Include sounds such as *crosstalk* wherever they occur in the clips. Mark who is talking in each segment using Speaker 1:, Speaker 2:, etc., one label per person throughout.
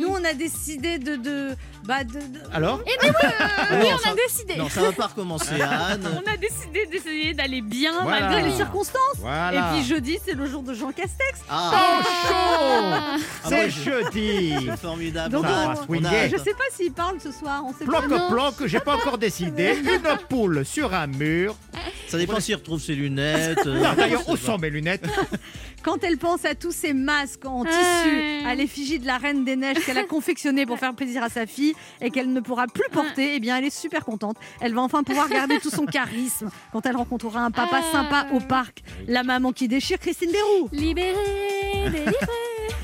Speaker 1: Nous, on a décidé de. de, bah, de- de- Ah,
Speaker 2: Alors
Speaker 3: Euh,
Speaker 2: Non,
Speaker 3: oui, on
Speaker 2: ça-
Speaker 3: a décidé.
Speaker 2: Non, ça
Speaker 3: *laughs*
Speaker 2: va pas
Speaker 1: *laughs*
Speaker 2: recommencer, Anne.
Speaker 3: On a décidé d'essayer d'aller bien
Speaker 2: Voilà.
Speaker 3: malgré
Speaker 1: Malgré
Speaker 3: les
Speaker 1: les
Speaker 3: circonstances.
Speaker 1: circonstances.
Speaker 2: Voilà.
Speaker 1: Et puis jeudi, c'est le jour de Jean Castex.
Speaker 3: Oh,
Speaker 1: Oh,
Speaker 2: Ah,
Speaker 3: Ah.
Speaker 2: ah, moi,
Speaker 4: C'est
Speaker 2: je-
Speaker 4: jeudi
Speaker 2: C'est formidable.
Speaker 1: Donc,
Speaker 2: ça.
Speaker 4: on-
Speaker 2: On a-
Speaker 4: Swingé.
Speaker 1: Je sais pas s'il parle ce soir, on sait pas.
Speaker 3: Non.
Speaker 4: Planque-planque, j'ai pas
Speaker 3: *laughs*
Speaker 1: *laughs*
Speaker 4: encore décidé. Une poule sur un mur.
Speaker 2: Ça dépend s'il retrouve ses lunettes. euh,
Speaker 4: Non, D'ailleurs,
Speaker 2: je
Speaker 4: où
Speaker 2: sais pas.
Speaker 4: sont mes lunettes
Speaker 1: Quand elle pense à tous ces masques en
Speaker 3: Ouais.
Speaker 1: tissu à l'effigie de la Reine des Neiges qu'elle a confectionné pour faire plaisir à sa fille et qu'elle ne pourra plus porter, eh bien elle est super contente. Elle va enfin pouvoir garder tout son charisme quand elle rencontrera un papa
Speaker 3: Ah.
Speaker 1: sympa au parc. La maman qui déchire Christine Béroux.
Speaker 3: Libéré, délivré.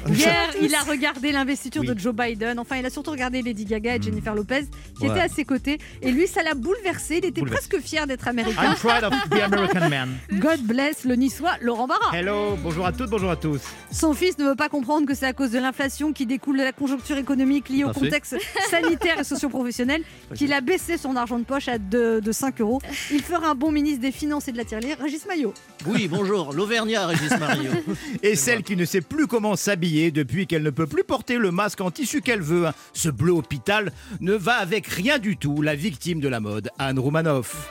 Speaker 1: *laughs* Hier, il a regardé l'investiture
Speaker 4: Oui. Mm.
Speaker 1: de Joe Biden. Enfin, il a surtout regardé Lady Gaga et Jennifer Lopez qui
Speaker 2: Ouais.
Speaker 1: étaient à ses côtés. Et lui, ça l'a bouleversé. Il était
Speaker 4: Bouleversé.
Speaker 1: presque fier d'être américain.
Speaker 4: I'm proud of the American
Speaker 1: *laughs*
Speaker 4: man.
Speaker 1: God bless le niçois Laurent Barra.
Speaker 4: Hello, bonjour à toutes, bonjour à tous.
Speaker 1: Son fils ne veut pas comprendre que c'est à cause de l'inflation qui découle de la conjoncture économique liée au
Speaker 2: Parfait.
Speaker 1: contexte sanitaire et socioprofessionnel qu'il a baissé son argent de poche à de, de 5 euros. Il fera un bon ministre des Finances et de la tirelire, Régis Maillot.
Speaker 2: Oui, bonjour. L'Auvergnat, Régis Mario.
Speaker 4: *laughs* Et celle qui ne sait plus comment s'habiller depuis qu'elle ne peut plus porter le masque en tissu qu'elle veut, hein. ce bleu hôpital ne va avec rien du tout, la victime de la mode, Anne Roumanoff.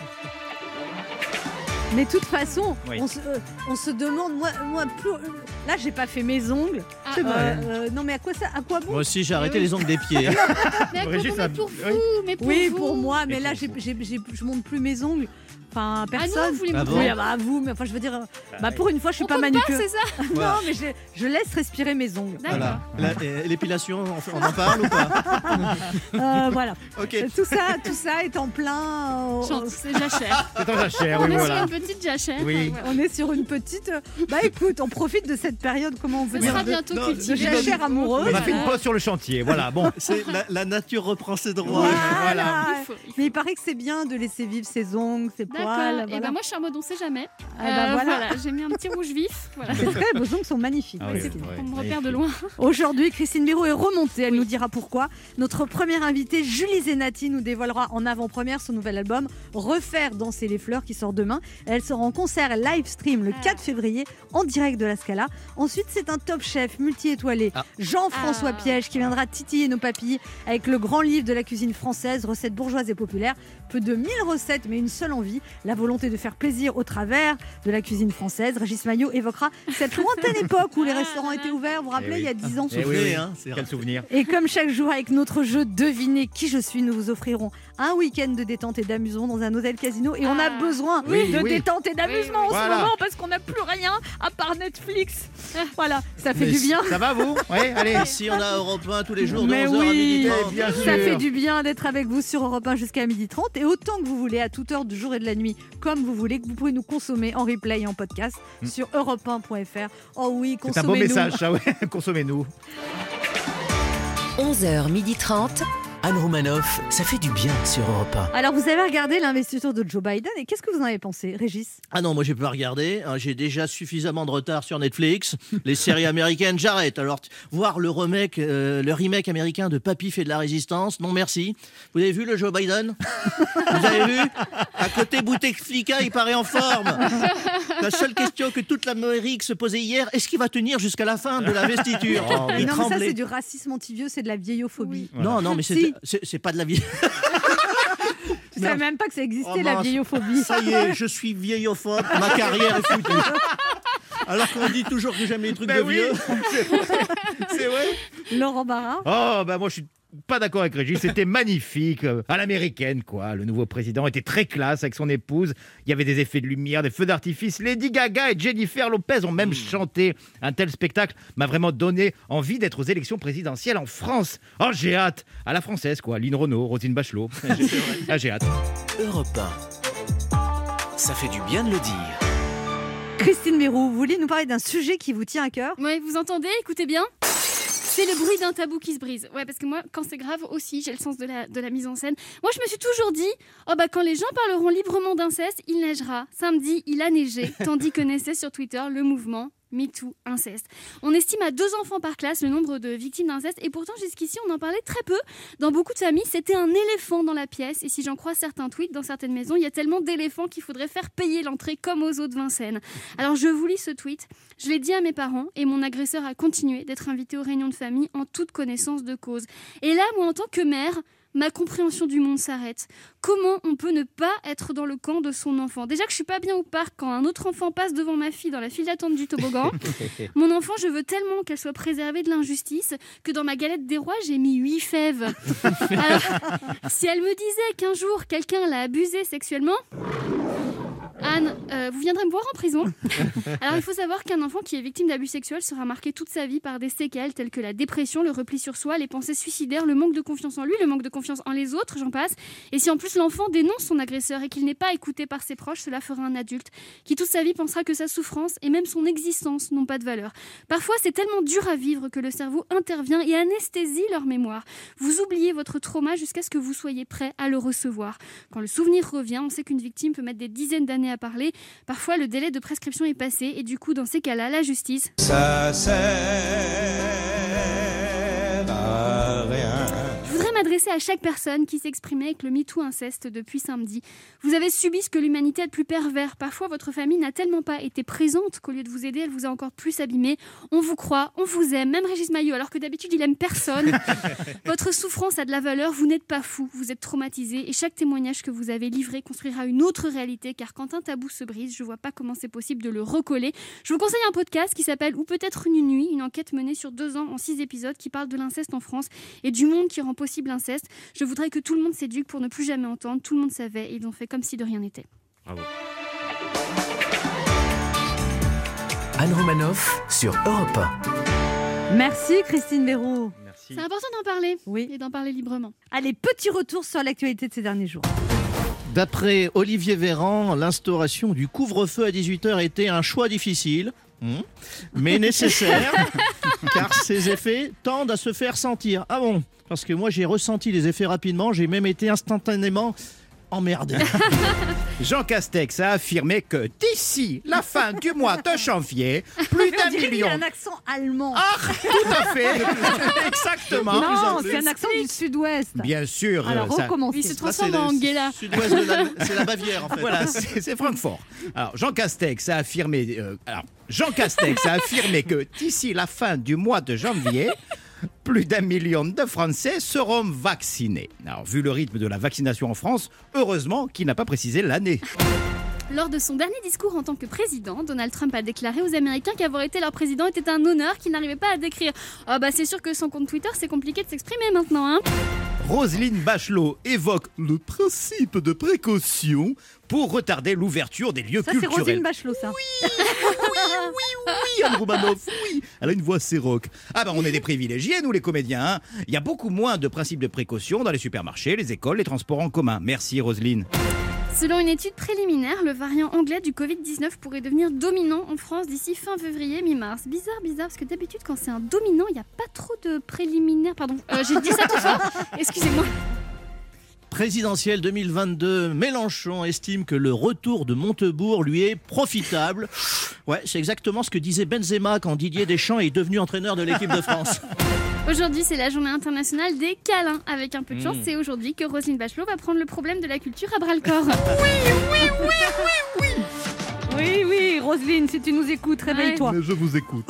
Speaker 1: Mais de toute façon,
Speaker 4: Oui.
Speaker 1: on, se, euh, on se demande, moi, moi plus- euh, là j'ai pas fait mes ongles.
Speaker 3: Ah,
Speaker 4: C'est vrai.
Speaker 1: Euh, euh, non mais à quoi ça À quoi bon
Speaker 2: Moi aussi, j'ai arrêté les ongles des
Speaker 1: *laughs*
Speaker 2: pieds. hein.
Speaker 3: mais Brigitte,
Speaker 4: Brigitte, ça-
Speaker 3: mais pour vous,
Speaker 4: oui.
Speaker 3: mais pour
Speaker 1: Oui,
Speaker 3: vous.
Speaker 1: pour moi, mais
Speaker 4: Et
Speaker 1: là
Speaker 4: pour
Speaker 1: j'ai,
Speaker 4: vous.
Speaker 1: j'ai- j'ai- je monte plus mes ongles. Enfin,
Speaker 3: Ah
Speaker 1: personne.
Speaker 3: non, vous les
Speaker 2: Ah
Speaker 3: montrez
Speaker 2: bon Ah
Speaker 1: Oui, ah bah, à vous, mais enfin, je veux dire, euh, bah,
Speaker 4: oui.
Speaker 1: pour une fois, je suis
Speaker 3: On
Speaker 1: pas
Speaker 3: compte
Speaker 1: manucure.
Speaker 3: c'est ça
Speaker 2: Voilà.
Speaker 1: *laughs* Non, mais je, je laisse respirer mes ongles.
Speaker 3: D'accord.
Speaker 2: Voilà. La- et L'épilation, on on en parle ou pas
Speaker 1: Euh,
Speaker 4: *laughs*
Speaker 1: voilà.
Speaker 2: Ok.
Speaker 1: Tout ça, tout ça est en plein. euh,
Speaker 3: Chante, C'est jachère.
Speaker 4: C'est en jachère,
Speaker 3: on
Speaker 4: oui,
Speaker 3: est
Speaker 4: voilà.
Speaker 3: sur une petite jachère.
Speaker 4: Oui.
Speaker 1: on est sur une petite. euh, Bah écoute, on profite de cette période. Comment on veut
Speaker 3: Ce
Speaker 1: dire
Speaker 3: sera
Speaker 1: de-
Speaker 3: bientôt
Speaker 2: non,
Speaker 1: de
Speaker 3: cultivé.
Speaker 1: jachère
Speaker 4: On
Speaker 1: amoureuse.
Speaker 4: a fait une pause sur le chantier, voilà, bon.
Speaker 2: *laughs* C'est la, la nature reprend ses droits.
Speaker 1: Voilà.
Speaker 3: Il faut- il faut-
Speaker 1: Mais il paraît que c'est bien de laisser vivre ses ongles, ses
Speaker 3: D'accord.
Speaker 1: poils. Voilà.
Speaker 3: Et ben moi, je suis en mode on sait jamais.
Speaker 1: Ah bah
Speaker 3: Euh,
Speaker 1: voilà.
Speaker 3: J'ai mis un petit rouge
Speaker 1: *laughs*
Speaker 3: vif. Voilà.
Speaker 1: C'est vrai, vos ongles sont magnifiques.
Speaker 4: Ah oui,
Speaker 1: Effectivement.
Speaker 4: ouais,
Speaker 3: On me repère
Speaker 4: magnifique.
Speaker 3: de loin.
Speaker 1: *laughs* Aujourd'hui, Christine Béraud est remontée. Elle nous dira pourquoi. Notre première invitée, Julie Zenati, nous dévoilera en avant-première son nouvel album Refaire danser les fleurs qui sort demain. Elle sera en concert live stream le
Speaker 3: Ah.
Speaker 1: 4 février en direct de la Scala. Ensuite, c'est un top chef multi-étoilé,
Speaker 2: Ah.
Speaker 1: Jean-François
Speaker 3: Ah.
Speaker 1: Piège, qui viendra titiller nos papilles avec le grand livre de la cuisine française, recettes bourgeoises et populaires. Peu de 1000 recettes, mais une seule envie, la volonté de faire plaisir au travers de la cuisine française. Régis Maillot évoquera cette
Speaker 3: *laughs*
Speaker 1: lointaine époque où les
Speaker 3: Ah,
Speaker 1: restaurants
Speaker 3: là, là.
Speaker 1: étaient ouverts, vous vous rappelez,
Speaker 4: Eh oui.
Speaker 1: il y a 10 ans.
Speaker 4: Eh oui, oui.
Speaker 2: hein, c'est
Speaker 4: Quel souvenir.
Speaker 1: Et comme chaque jour avec notre jeu Devinez qui je suis, nous vous offrirons un week-end de détente et d'amusement dans un hôtel casino. Et on a
Speaker 3: Ah.
Speaker 1: besoin
Speaker 4: Oui,
Speaker 1: de
Speaker 4: oui.
Speaker 1: détente et d'amusement en
Speaker 4: Voilà.
Speaker 1: ce moment parce qu'on n'a plus rien à part Netflix. Voilà, ça fait
Speaker 2: Mais
Speaker 1: du bien.
Speaker 4: Ça
Speaker 1: *laughs*
Speaker 4: va, vous Oui, allez.
Speaker 2: Ici, on a Europe 1 tous les jours de
Speaker 1: Mais
Speaker 2: 11h à
Speaker 1: oui.
Speaker 2: midi
Speaker 4: Eh bien
Speaker 2: trente.
Speaker 4: sûr.
Speaker 1: Ça fait du bien d'être avec vous sur Europe 1 jusqu'à 12h30 et autant que vous voulez, à toute heure du jour et de la nuit, comme vous voulez, que vous pouvez nous consommer en replay et en podcast sur europe1.fr. Oh oui,
Speaker 4: Hmm. C'est un beau
Speaker 1: consommez-nous.
Speaker 4: message, ça, ouais.
Speaker 2: *laughs*
Speaker 4: Consommez-nous.
Speaker 5: 11h30.
Speaker 6: Anne Romanoff, ça fait du bien sur Europe 1.
Speaker 1: Alors vous avez regardé l'investiture de Joe Biden et qu'est-ce que vous en avez pensé, Régis
Speaker 2: Ah non, moi j'ai pas regardé. hein, J'ai déjà suffisamment de retard sur Netflix. Les séries américaines, j'arrête. Alors t- voir le remake, euh, le remake américain de Papy fait de la résistance, non merci. Vous avez vu le Joe Biden Vous avez vu À côté Bouteflika, il paraît
Speaker 1: *laughs*
Speaker 2: en forme. La seule question que toute l'Amérique se posait hier, est-ce qu'il va tenir jusqu'à la fin
Speaker 4: *laughs*
Speaker 2: de l'investiture
Speaker 4: Oh, mais
Speaker 2: Il
Speaker 1: Ah, Non, mais ça
Speaker 2: tremblait.
Speaker 1: c'est du racisme anti-vieux, c'est de la vieillophobie.
Speaker 2: Non, non, mais c'est
Speaker 1: Si.
Speaker 2: c'est- c'est pas de
Speaker 1: *laughs*
Speaker 2: la vie.
Speaker 1: Je savais même pas que ça existait
Speaker 2: Oh,
Speaker 1: la
Speaker 2: mince.
Speaker 1: vieillophobie.
Speaker 2: Ça
Speaker 1: *laughs*
Speaker 2: y est, je suis vieillophobe, ma carrière est foutue. Alors qu'on dit toujours que j'aime les trucs de
Speaker 4: Ben oui,
Speaker 2: vieux.
Speaker 4: c'est vrai. C'est vrai.
Speaker 1: Laurent Barra
Speaker 4: Oh, bah moi je suis pas d'accord avec Régis, c'était *laughs* magnifique, euh, à l'américaine quoi. Le nouveau président était très classe avec son épouse, il y avait des effets de lumière, des feux d'artifice. Lady Gaga et Jennifer Lopez ont même chanté. Un tel spectacle m'a vraiment donné envie d'être aux élections présidentielles en France. Oh, j'ai hâte À la française quoi, Lynn Renault, Rosine Bachelot. ah, j'ai hâte.
Speaker 6: Europe 1. Ça fait du bien de le dire.
Speaker 1: Christine Mérou, vous voulez nous parler d'un sujet qui vous tient à cœur
Speaker 3: Ouais, vous entendez Écoutez bien. C'est le bruit d'un tabou qui se brise. Ouais, parce que moi, quand c'est grave aussi, j'ai le sens de la, de la mise en scène. Moi, je me suis toujours dit, oh bah quand les gens
Speaker 1: *laughs*
Speaker 3: parleront librement d'inceste, il neigera. Samedi, il a neigé. Tandis que naissait sur Twitter le mouvement MeToo, inceste. On estime à deux enfants par classe le nombre de victimes d'inceste et pourtant jusqu'ici on en parlait très peu. Dans beaucoup de familles, c'était un éléphant dans la pièce et si j'en crois certains tweets, dans certaines maisons, il y a tellement d'éléphants qu'il faudrait faire payer l'entrée comme aux eaux de Vincennes. Alors je vous lis ce tweet. Je l'ai dit à mes parents et mon agresseur a continué d'être invité aux réunions de famille en toute connaissance de cause. Et là, moi en tant que mère, ma compréhension du monde s'arrête. Comment on peut ne pas être dans le camp de son enfant Déjà que je suis pas bien au parc quand un autre enfant passe devant ma fille dans la file d'attente du toboggan. Mon enfant, je veux tellement qu'elle soit préservée de l'injustice que dans ma galette des rois, j'ai mis huit fèves. Alors, si elle me disait qu'un jour quelqu'un l'a abusée sexuellement, Anne, euh, vous viendrez me voir en prison. Alors il faut savoir qu'un enfant qui est victime d'abus sexuels sera marqué toute sa vie par des séquelles telles que la dépression, le repli sur soi, les pensées suicidaires, le manque de confiance en lui, le manque de confiance en les autres, j'en passe. Et si en plus l'enfant dénonce son agresseur et qu'il n'est pas écouté par ses proches, cela fera un adulte qui toute sa vie pensera que sa souffrance et même son existence n'ont pas de valeur. Parfois c'est tellement dur à vivre que le cerveau intervient et anesthésie leur mémoire. Vous oubliez votre trauma jusqu'à ce que vous soyez prêt à le recevoir. Quand le souvenir revient, on sait qu'une victime peut mettre des dizaines d'années à parler. Parfois, le délai de prescription est passé et du coup, dans ces cas-là, la justice
Speaker 7: Ça sert à rien.
Speaker 3: Je voudrais m'adresser à chaque personne qui s'exprimait avec le MeToo inceste depuis samedi. Vous avez subi ce que l'humanité a de plus pervers. Parfois, votre famille n'a tellement pas été présente qu'au lieu de vous aider, elle vous a encore plus abîmé. On vous croit, on vous aime, même Régis Maillot, alors que d'habitude, il aime personne. votre souffrance a de la valeur, vous n'êtes pas fou, vous êtes traumatisé et chaque témoignage que vous avez livré construira une autre réalité car quand un tabou se brise, je vois pas comment c'est possible de le recoller. Je vous conseille un podcast qui s'appelle Ou peut-être une nuit, une enquête menée sur deux ans en six épisodes qui parle de l'inceste en France et du monde qui rend possible l'inceste. Je voudrais que tout le monde s'éduque pour ne plus jamais entendre. Tout le monde savait et ils ont fait comme si de rien n'était.
Speaker 6: Anne Romanoff sur Europe 1.
Speaker 1: Merci Christine Béraud.
Speaker 4: Merci.
Speaker 3: C'est important d'en parler
Speaker 1: Oui.
Speaker 3: et d'en parler librement.
Speaker 1: Allez, petit retour sur l'actualité de ces derniers jours.
Speaker 2: *laughs* D'après Olivier Véran, l'instauration du couvre-feu à 18h était un choix difficile, hmm,
Speaker 1: *laughs*
Speaker 2: mais nécessaire, car ses effets tendent à se faire sentir. Ah bon Parce que moi j'ai ressenti les effets rapidement, j'ai même été instantanément *laughs* emmerdé.
Speaker 4: Jean Castex a affirmé que d'ici la fin du mois de janvier,
Speaker 1: On
Speaker 4: plus d'un
Speaker 1: dirait qu'il a
Speaker 4: million.
Speaker 1: un accent allemand.
Speaker 4: Ah, tout à fait, *laughs* exactement.
Speaker 1: non, c'est un accent du sud-ouest.
Speaker 4: Bien sûr,
Speaker 1: Alors,
Speaker 4: euh, ça-
Speaker 1: recommencez.
Speaker 3: Il se
Speaker 2: Ça, c'est
Speaker 3: transforme
Speaker 2: la-
Speaker 3: en Angela.
Speaker 2: sud-ouest de
Speaker 4: *laughs*
Speaker 2: la- C'est la Bavière en fait.
Speaker 4: Voilà, c'est c'est Francfort. Alors, Jean Castex a affirmé. euh, alors, Jean Castex a affirmé que d'ici la fin du mois de janvier, plus d'un million de Français seront vaccinés. Alors, vu le rythme de la vaccination en France, heureusement qu'il n'a pas précisé l'année.
Speaker 3: Lors de son dernier discours en tant que président, Donald Trump a déclaré aux Américains qu'avoir été leur président était un honneur qu'il n'arrivait pas à décrire. Ah bah c'est sûr que sans compte Twitter, c'est compliqué de s'exprimer maintenant. Hein
Speaker 4: Roselyne Bachelot évoque le principe de précaution pour retarder l'ouverture des lieux
Speaker 1: Ça, c'est Rosine
Speaker 4: culturels.
Speaker 1: Bachelot, ça.
Speaker 4: Oui, Anne Romanoff, oui. Elle a une voix assez rock. Ah ben, on est des privilégiés, nous les comédiens. hein. Il y a beaucoup moins de principes de précaution dans les supermarchés, les écoles, les transports en commun. Merci Roselyne.
Speaker 3: Selon une étude préliminaire, le variant anglais du Covid-19 pourrait devenir dominant en France d'ici fin février, mi-mars. Bizarre, bizarre, parce que d'habitude, quand c'est un dominant, il n'y a pas trop de préliminaires. Pardon, euh, j'ai dit ça trop fort. Excusez-moi.
Speaker 2: Présidentielle 2022, Mélenchon estime que le retour de Montebourg lui est profitable. Ouais, c'est exactement ce que disait Benzema quand Didier Deschamps est devenu entraîneur de l'équipe de France.
Speaker 3: *laughs* Aujourd'hui, c'est la journée internationale des câlins. Avec un peu de chance,
Speaker 2: Mm.
Speaker 3: c'est aujourd'hui que Roselyne Bachelot va prendre le problème de la culture à bras le
Speaker 2: *laughs*
Speaker 3: corps.
Speaker 1: *laughs* Oui, oui, Roselyne, si tu nous écoutes, réveille-toi.
Speaker 4: je vous écoute.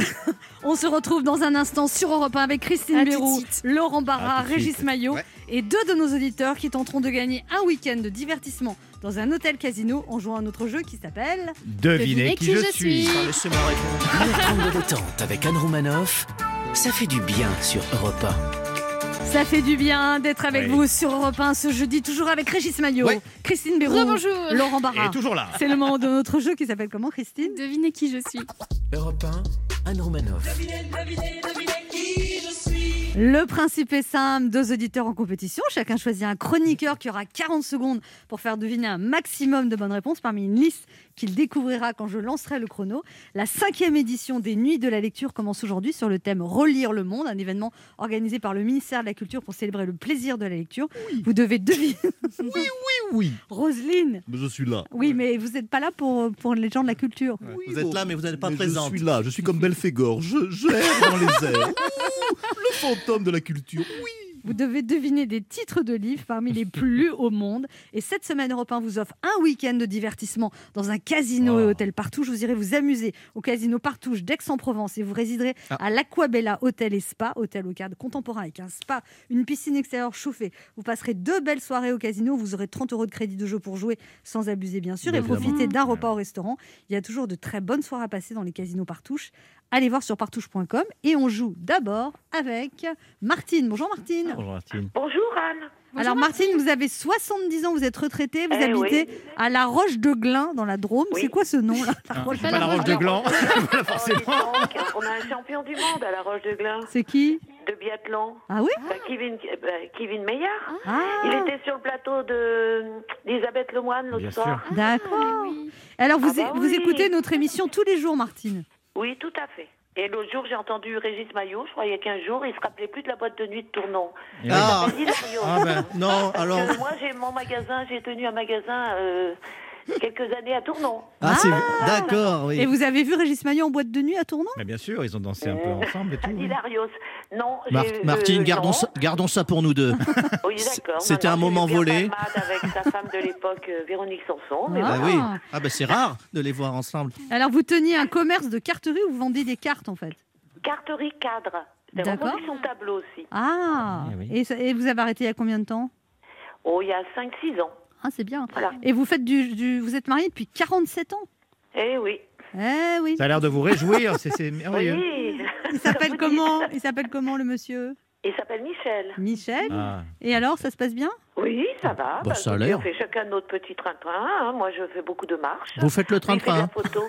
Speaker 1: On se retrouve dans un instant sur Europe 1 avec Christine
Speaker 3: À tout de
Speaker 1: Béroux,
Speaker 3: suite.
Speaker 1: Laurent Barra,
Speaker 4: À tout de
Speaker 1: Régis
Speaker 4: suite.
Speaker 1: Maillot et deux de nos auditeurs qui tenteront de gagner un week-end de divertissement dans un hôtel casino en jouant à notre jeu qui s'appelle.
Speaker 4: Devinez qui, je, suis.
Speaker 3: suis.
Speaker 2: Ah, Laissez-moi répondre.
Speaker 6: 1h30 de détente avec Anne Romanoff, ça fait du bien sur Europe 1.
Speaker 1: Ça fait du bien d'être avec
Speaker 4: Oui.
Speaker 1: vous sur Europe 1 ce jeudi, toujours avec Régis Maillot,
Speaker 4: Oui.
Speaker 1: Christine Béroux,
Speaker 3: Rebonjour.
Speaker 1: Laurent
Speaker 4: Elle
Speaker 1: Barra.
Speaker 4: est toujours là.
Speaker 1: C'est le moment de notre jeu qui s'appelle comment, Christine
Speaker 3: Devinez qui je suis.
Speaker 6: Europe 1, Anne Romanoff.
Speaker 1: Le principe est simple, deux auditeurs en compétition, chacun choisit un chroniqueur qui aura 40 secondes pour faire deviner un maximum de bonnes réponses parmi une liste qu'il découvrira quand je lancerai le chrono. La cinquième édition des Nuits de la lecture commence aujourd'hui sur le thème Relire le monde, un événement organisé par le ministère de la Culture pour célébrer le plaisir de la lecture. Vous devez deviner...
Speaker 4: Oui,
Speaker 1: *laughs* Roselyne
Speaker 8: *laughs* mais je suis là.
Speaker 1: Oui, mais vous n'êtes pas là pour, pour les gens de la culture.
Speaker 2: Vous êtes là, mais vous n'êtes pas
Speaker 8: Mais
Speaker 2: présente.
Speaker 8: Je suis là, je suis comme Belphégor, je j'erre dans les airs. Ouh, le fantôme de la culture. Oui.
Speaker 1: Vous devez deviner des titres de livres parmi les plus lus au monde. Et cette semaine, Europe 1 vous offre un week-end de divertissement dans un casino
Speaker 8: Oh.
Speaker 1: et hôtel Partouche. Vous irez vous amuser au casino Partouche d'Aix-en-Provence et vous résiderez
Speaker 8: Ah.
Speaker 1: à l'Aquabella Hôtel et Spa, hôtel au cadre contemporain avec un spa, une piscine extérieure chauffée. Vous passerez deux belles soirées au casino. Vous aurez 30 euros de crédit de jeu pour jouer sans abuser, bien sûr,
Speaker 8: Bien
Speaker 1: et
Speaker 8: évidemment.
Speaker 1: profiter d'un repas au restaurant. Il y a toujours de très bonnes soirées à passer dans les casinos Partouche. Allez voir sur partouche.com et on joue d'abord avec Martine. Bonjour Martine.
Speaker 4: bonjour Martine.
Speaker 9: Bonjour Anne.
Speaker 1: Alors Martine, vous avez 70 ans, vous êtes retraitée, vous
Speaker 9: Eh
Speaker 1: habitez à La Roche de Glin dans la Drôme.
Speaker 9: Oui.
Speaker 1: C'est quoi ce nom là La Roche-
Speaker 4: Ah, Pas la roche
Speaker 1: *laughs*
Speaker 4: de gland. *laughs* Voilà, forcément.
Speaker 9: Oh, dis donc, on a un champion du monde à la Roche de Glin
Speaker 1: C'est qui
Speaker 9: de biathlon.
Speaker 1: Ah oui
Speaker 9: Bah, Kevin, bah, Kevin Meillard. Il
Speaker 1: Ah
Speaker 9: était sur le plateau de- d'Elisabeth Lemoine
Speaker 4: Bien
Speaker 9: l'autre soir.
Speaker 1: Ah, d'accord.
Speaker 3: oui.
Speaker 1: Alors vous,
Speaker 9: Ah bah
Speaker 1: é- vous
Speaker 9: oui.
Speaker 1: écoutez notre émission tous les jours Martine.
Speaker 9: Oui, tout à fait. Et l'autre jour, j'ai entendu Régis Maillot, je crois, il y a 15 jours, il se rappelait plus de la boîte de nuit de Tournon.
Speaker 2: Ah,
Speaker 9: Il dit, Maillot,
Speaker 4: Ah ben,
Speaker 2: non,
Speaker 9: parce
Speaker 2: alors.
Speaker 9: que moi, j'ai mon magasin, j'ai tenu un magasin euh, quelques années à Tournon.
Speaker 2: Ah, c'est. D'accord, oui.
Speaker 1: Et vous avez vu Régis Maillot en boîte de nuit à Tournon
Speaker 4: Mais bien sûr, ils ont dansé un peu hein. ensemble et tout. oui.
Speaker 9: Ah, Hilarios. Non,
Speaker 2: Mar-
Speaker 9: j'ai- euh,
Speaker 2: Martine,
Speaker 9: non.
Speaker 2: gardons ça, gardons ça pour nous deux.
Speaker 9: *laughs* Oui, d'accord.
Speaker 2: C'était
Speaker 9: Maintenant,
Speaker 2: un moment
Speaker 9: j'ai eu bien
Speaker 2: volé.
Speaker 9: pas mal Avec sa femme de l'époque, euh, Véronique Sanson. Mais
Speaker 1: Ah.
Speaker 2: Bah oui. Ah bah c'est rare de les voir ensemble.
Speaker 1: Alors vous teniez un commerce de carterie où vous vendez des cartes en fait.
Speaker 9: Carterie cadre. C'est
Speaker 1: D'accord.
Speaker 9: reproduction tableau aussi.
Speaker 1: Ah
Speaker 4: Eh oui.
Speaker 1: et, ça- et vous avez arrêté il y a combien de temps
Speaker 9: Oh, il y a 5-6 ans.
Speaker 1: Ah c'est bien.
Speaker 9: Voilà.
Speaker 1: Et vous faites du, du- vous êtes marié depuis 47 ans.
Speaker 9: Eh oui.
Speaker 1: Eh oui.
Speaker 4: Ça a l'air de vous réjouir, c'est c'est merveilleux.
Speaker 9: Oui.
Speaker 1: Il
Speaker 9: Vous
Speaker 1: s'appelle
Speaker 9: dites.
Speaker 1: comment Il s'appelle comment le monsieur
Speaker 9: Il s'appelle Michel.
Speaker 1: Michel.
Speaker 4: Ah.
Speaker 1: Et alors, ça se passe bien
Speaker 9: Oui, ça va.
Speaker 2: Bah, ça a l'air.
Speaker 9: On fait chacun notre petit train-train. hein. Moi, je fais beaucoup de marches.
Speaker 2: Vous faites le
Speaker 9: Lui, il fait de
Speaker 2: train-train.
Speaker 9: la photo.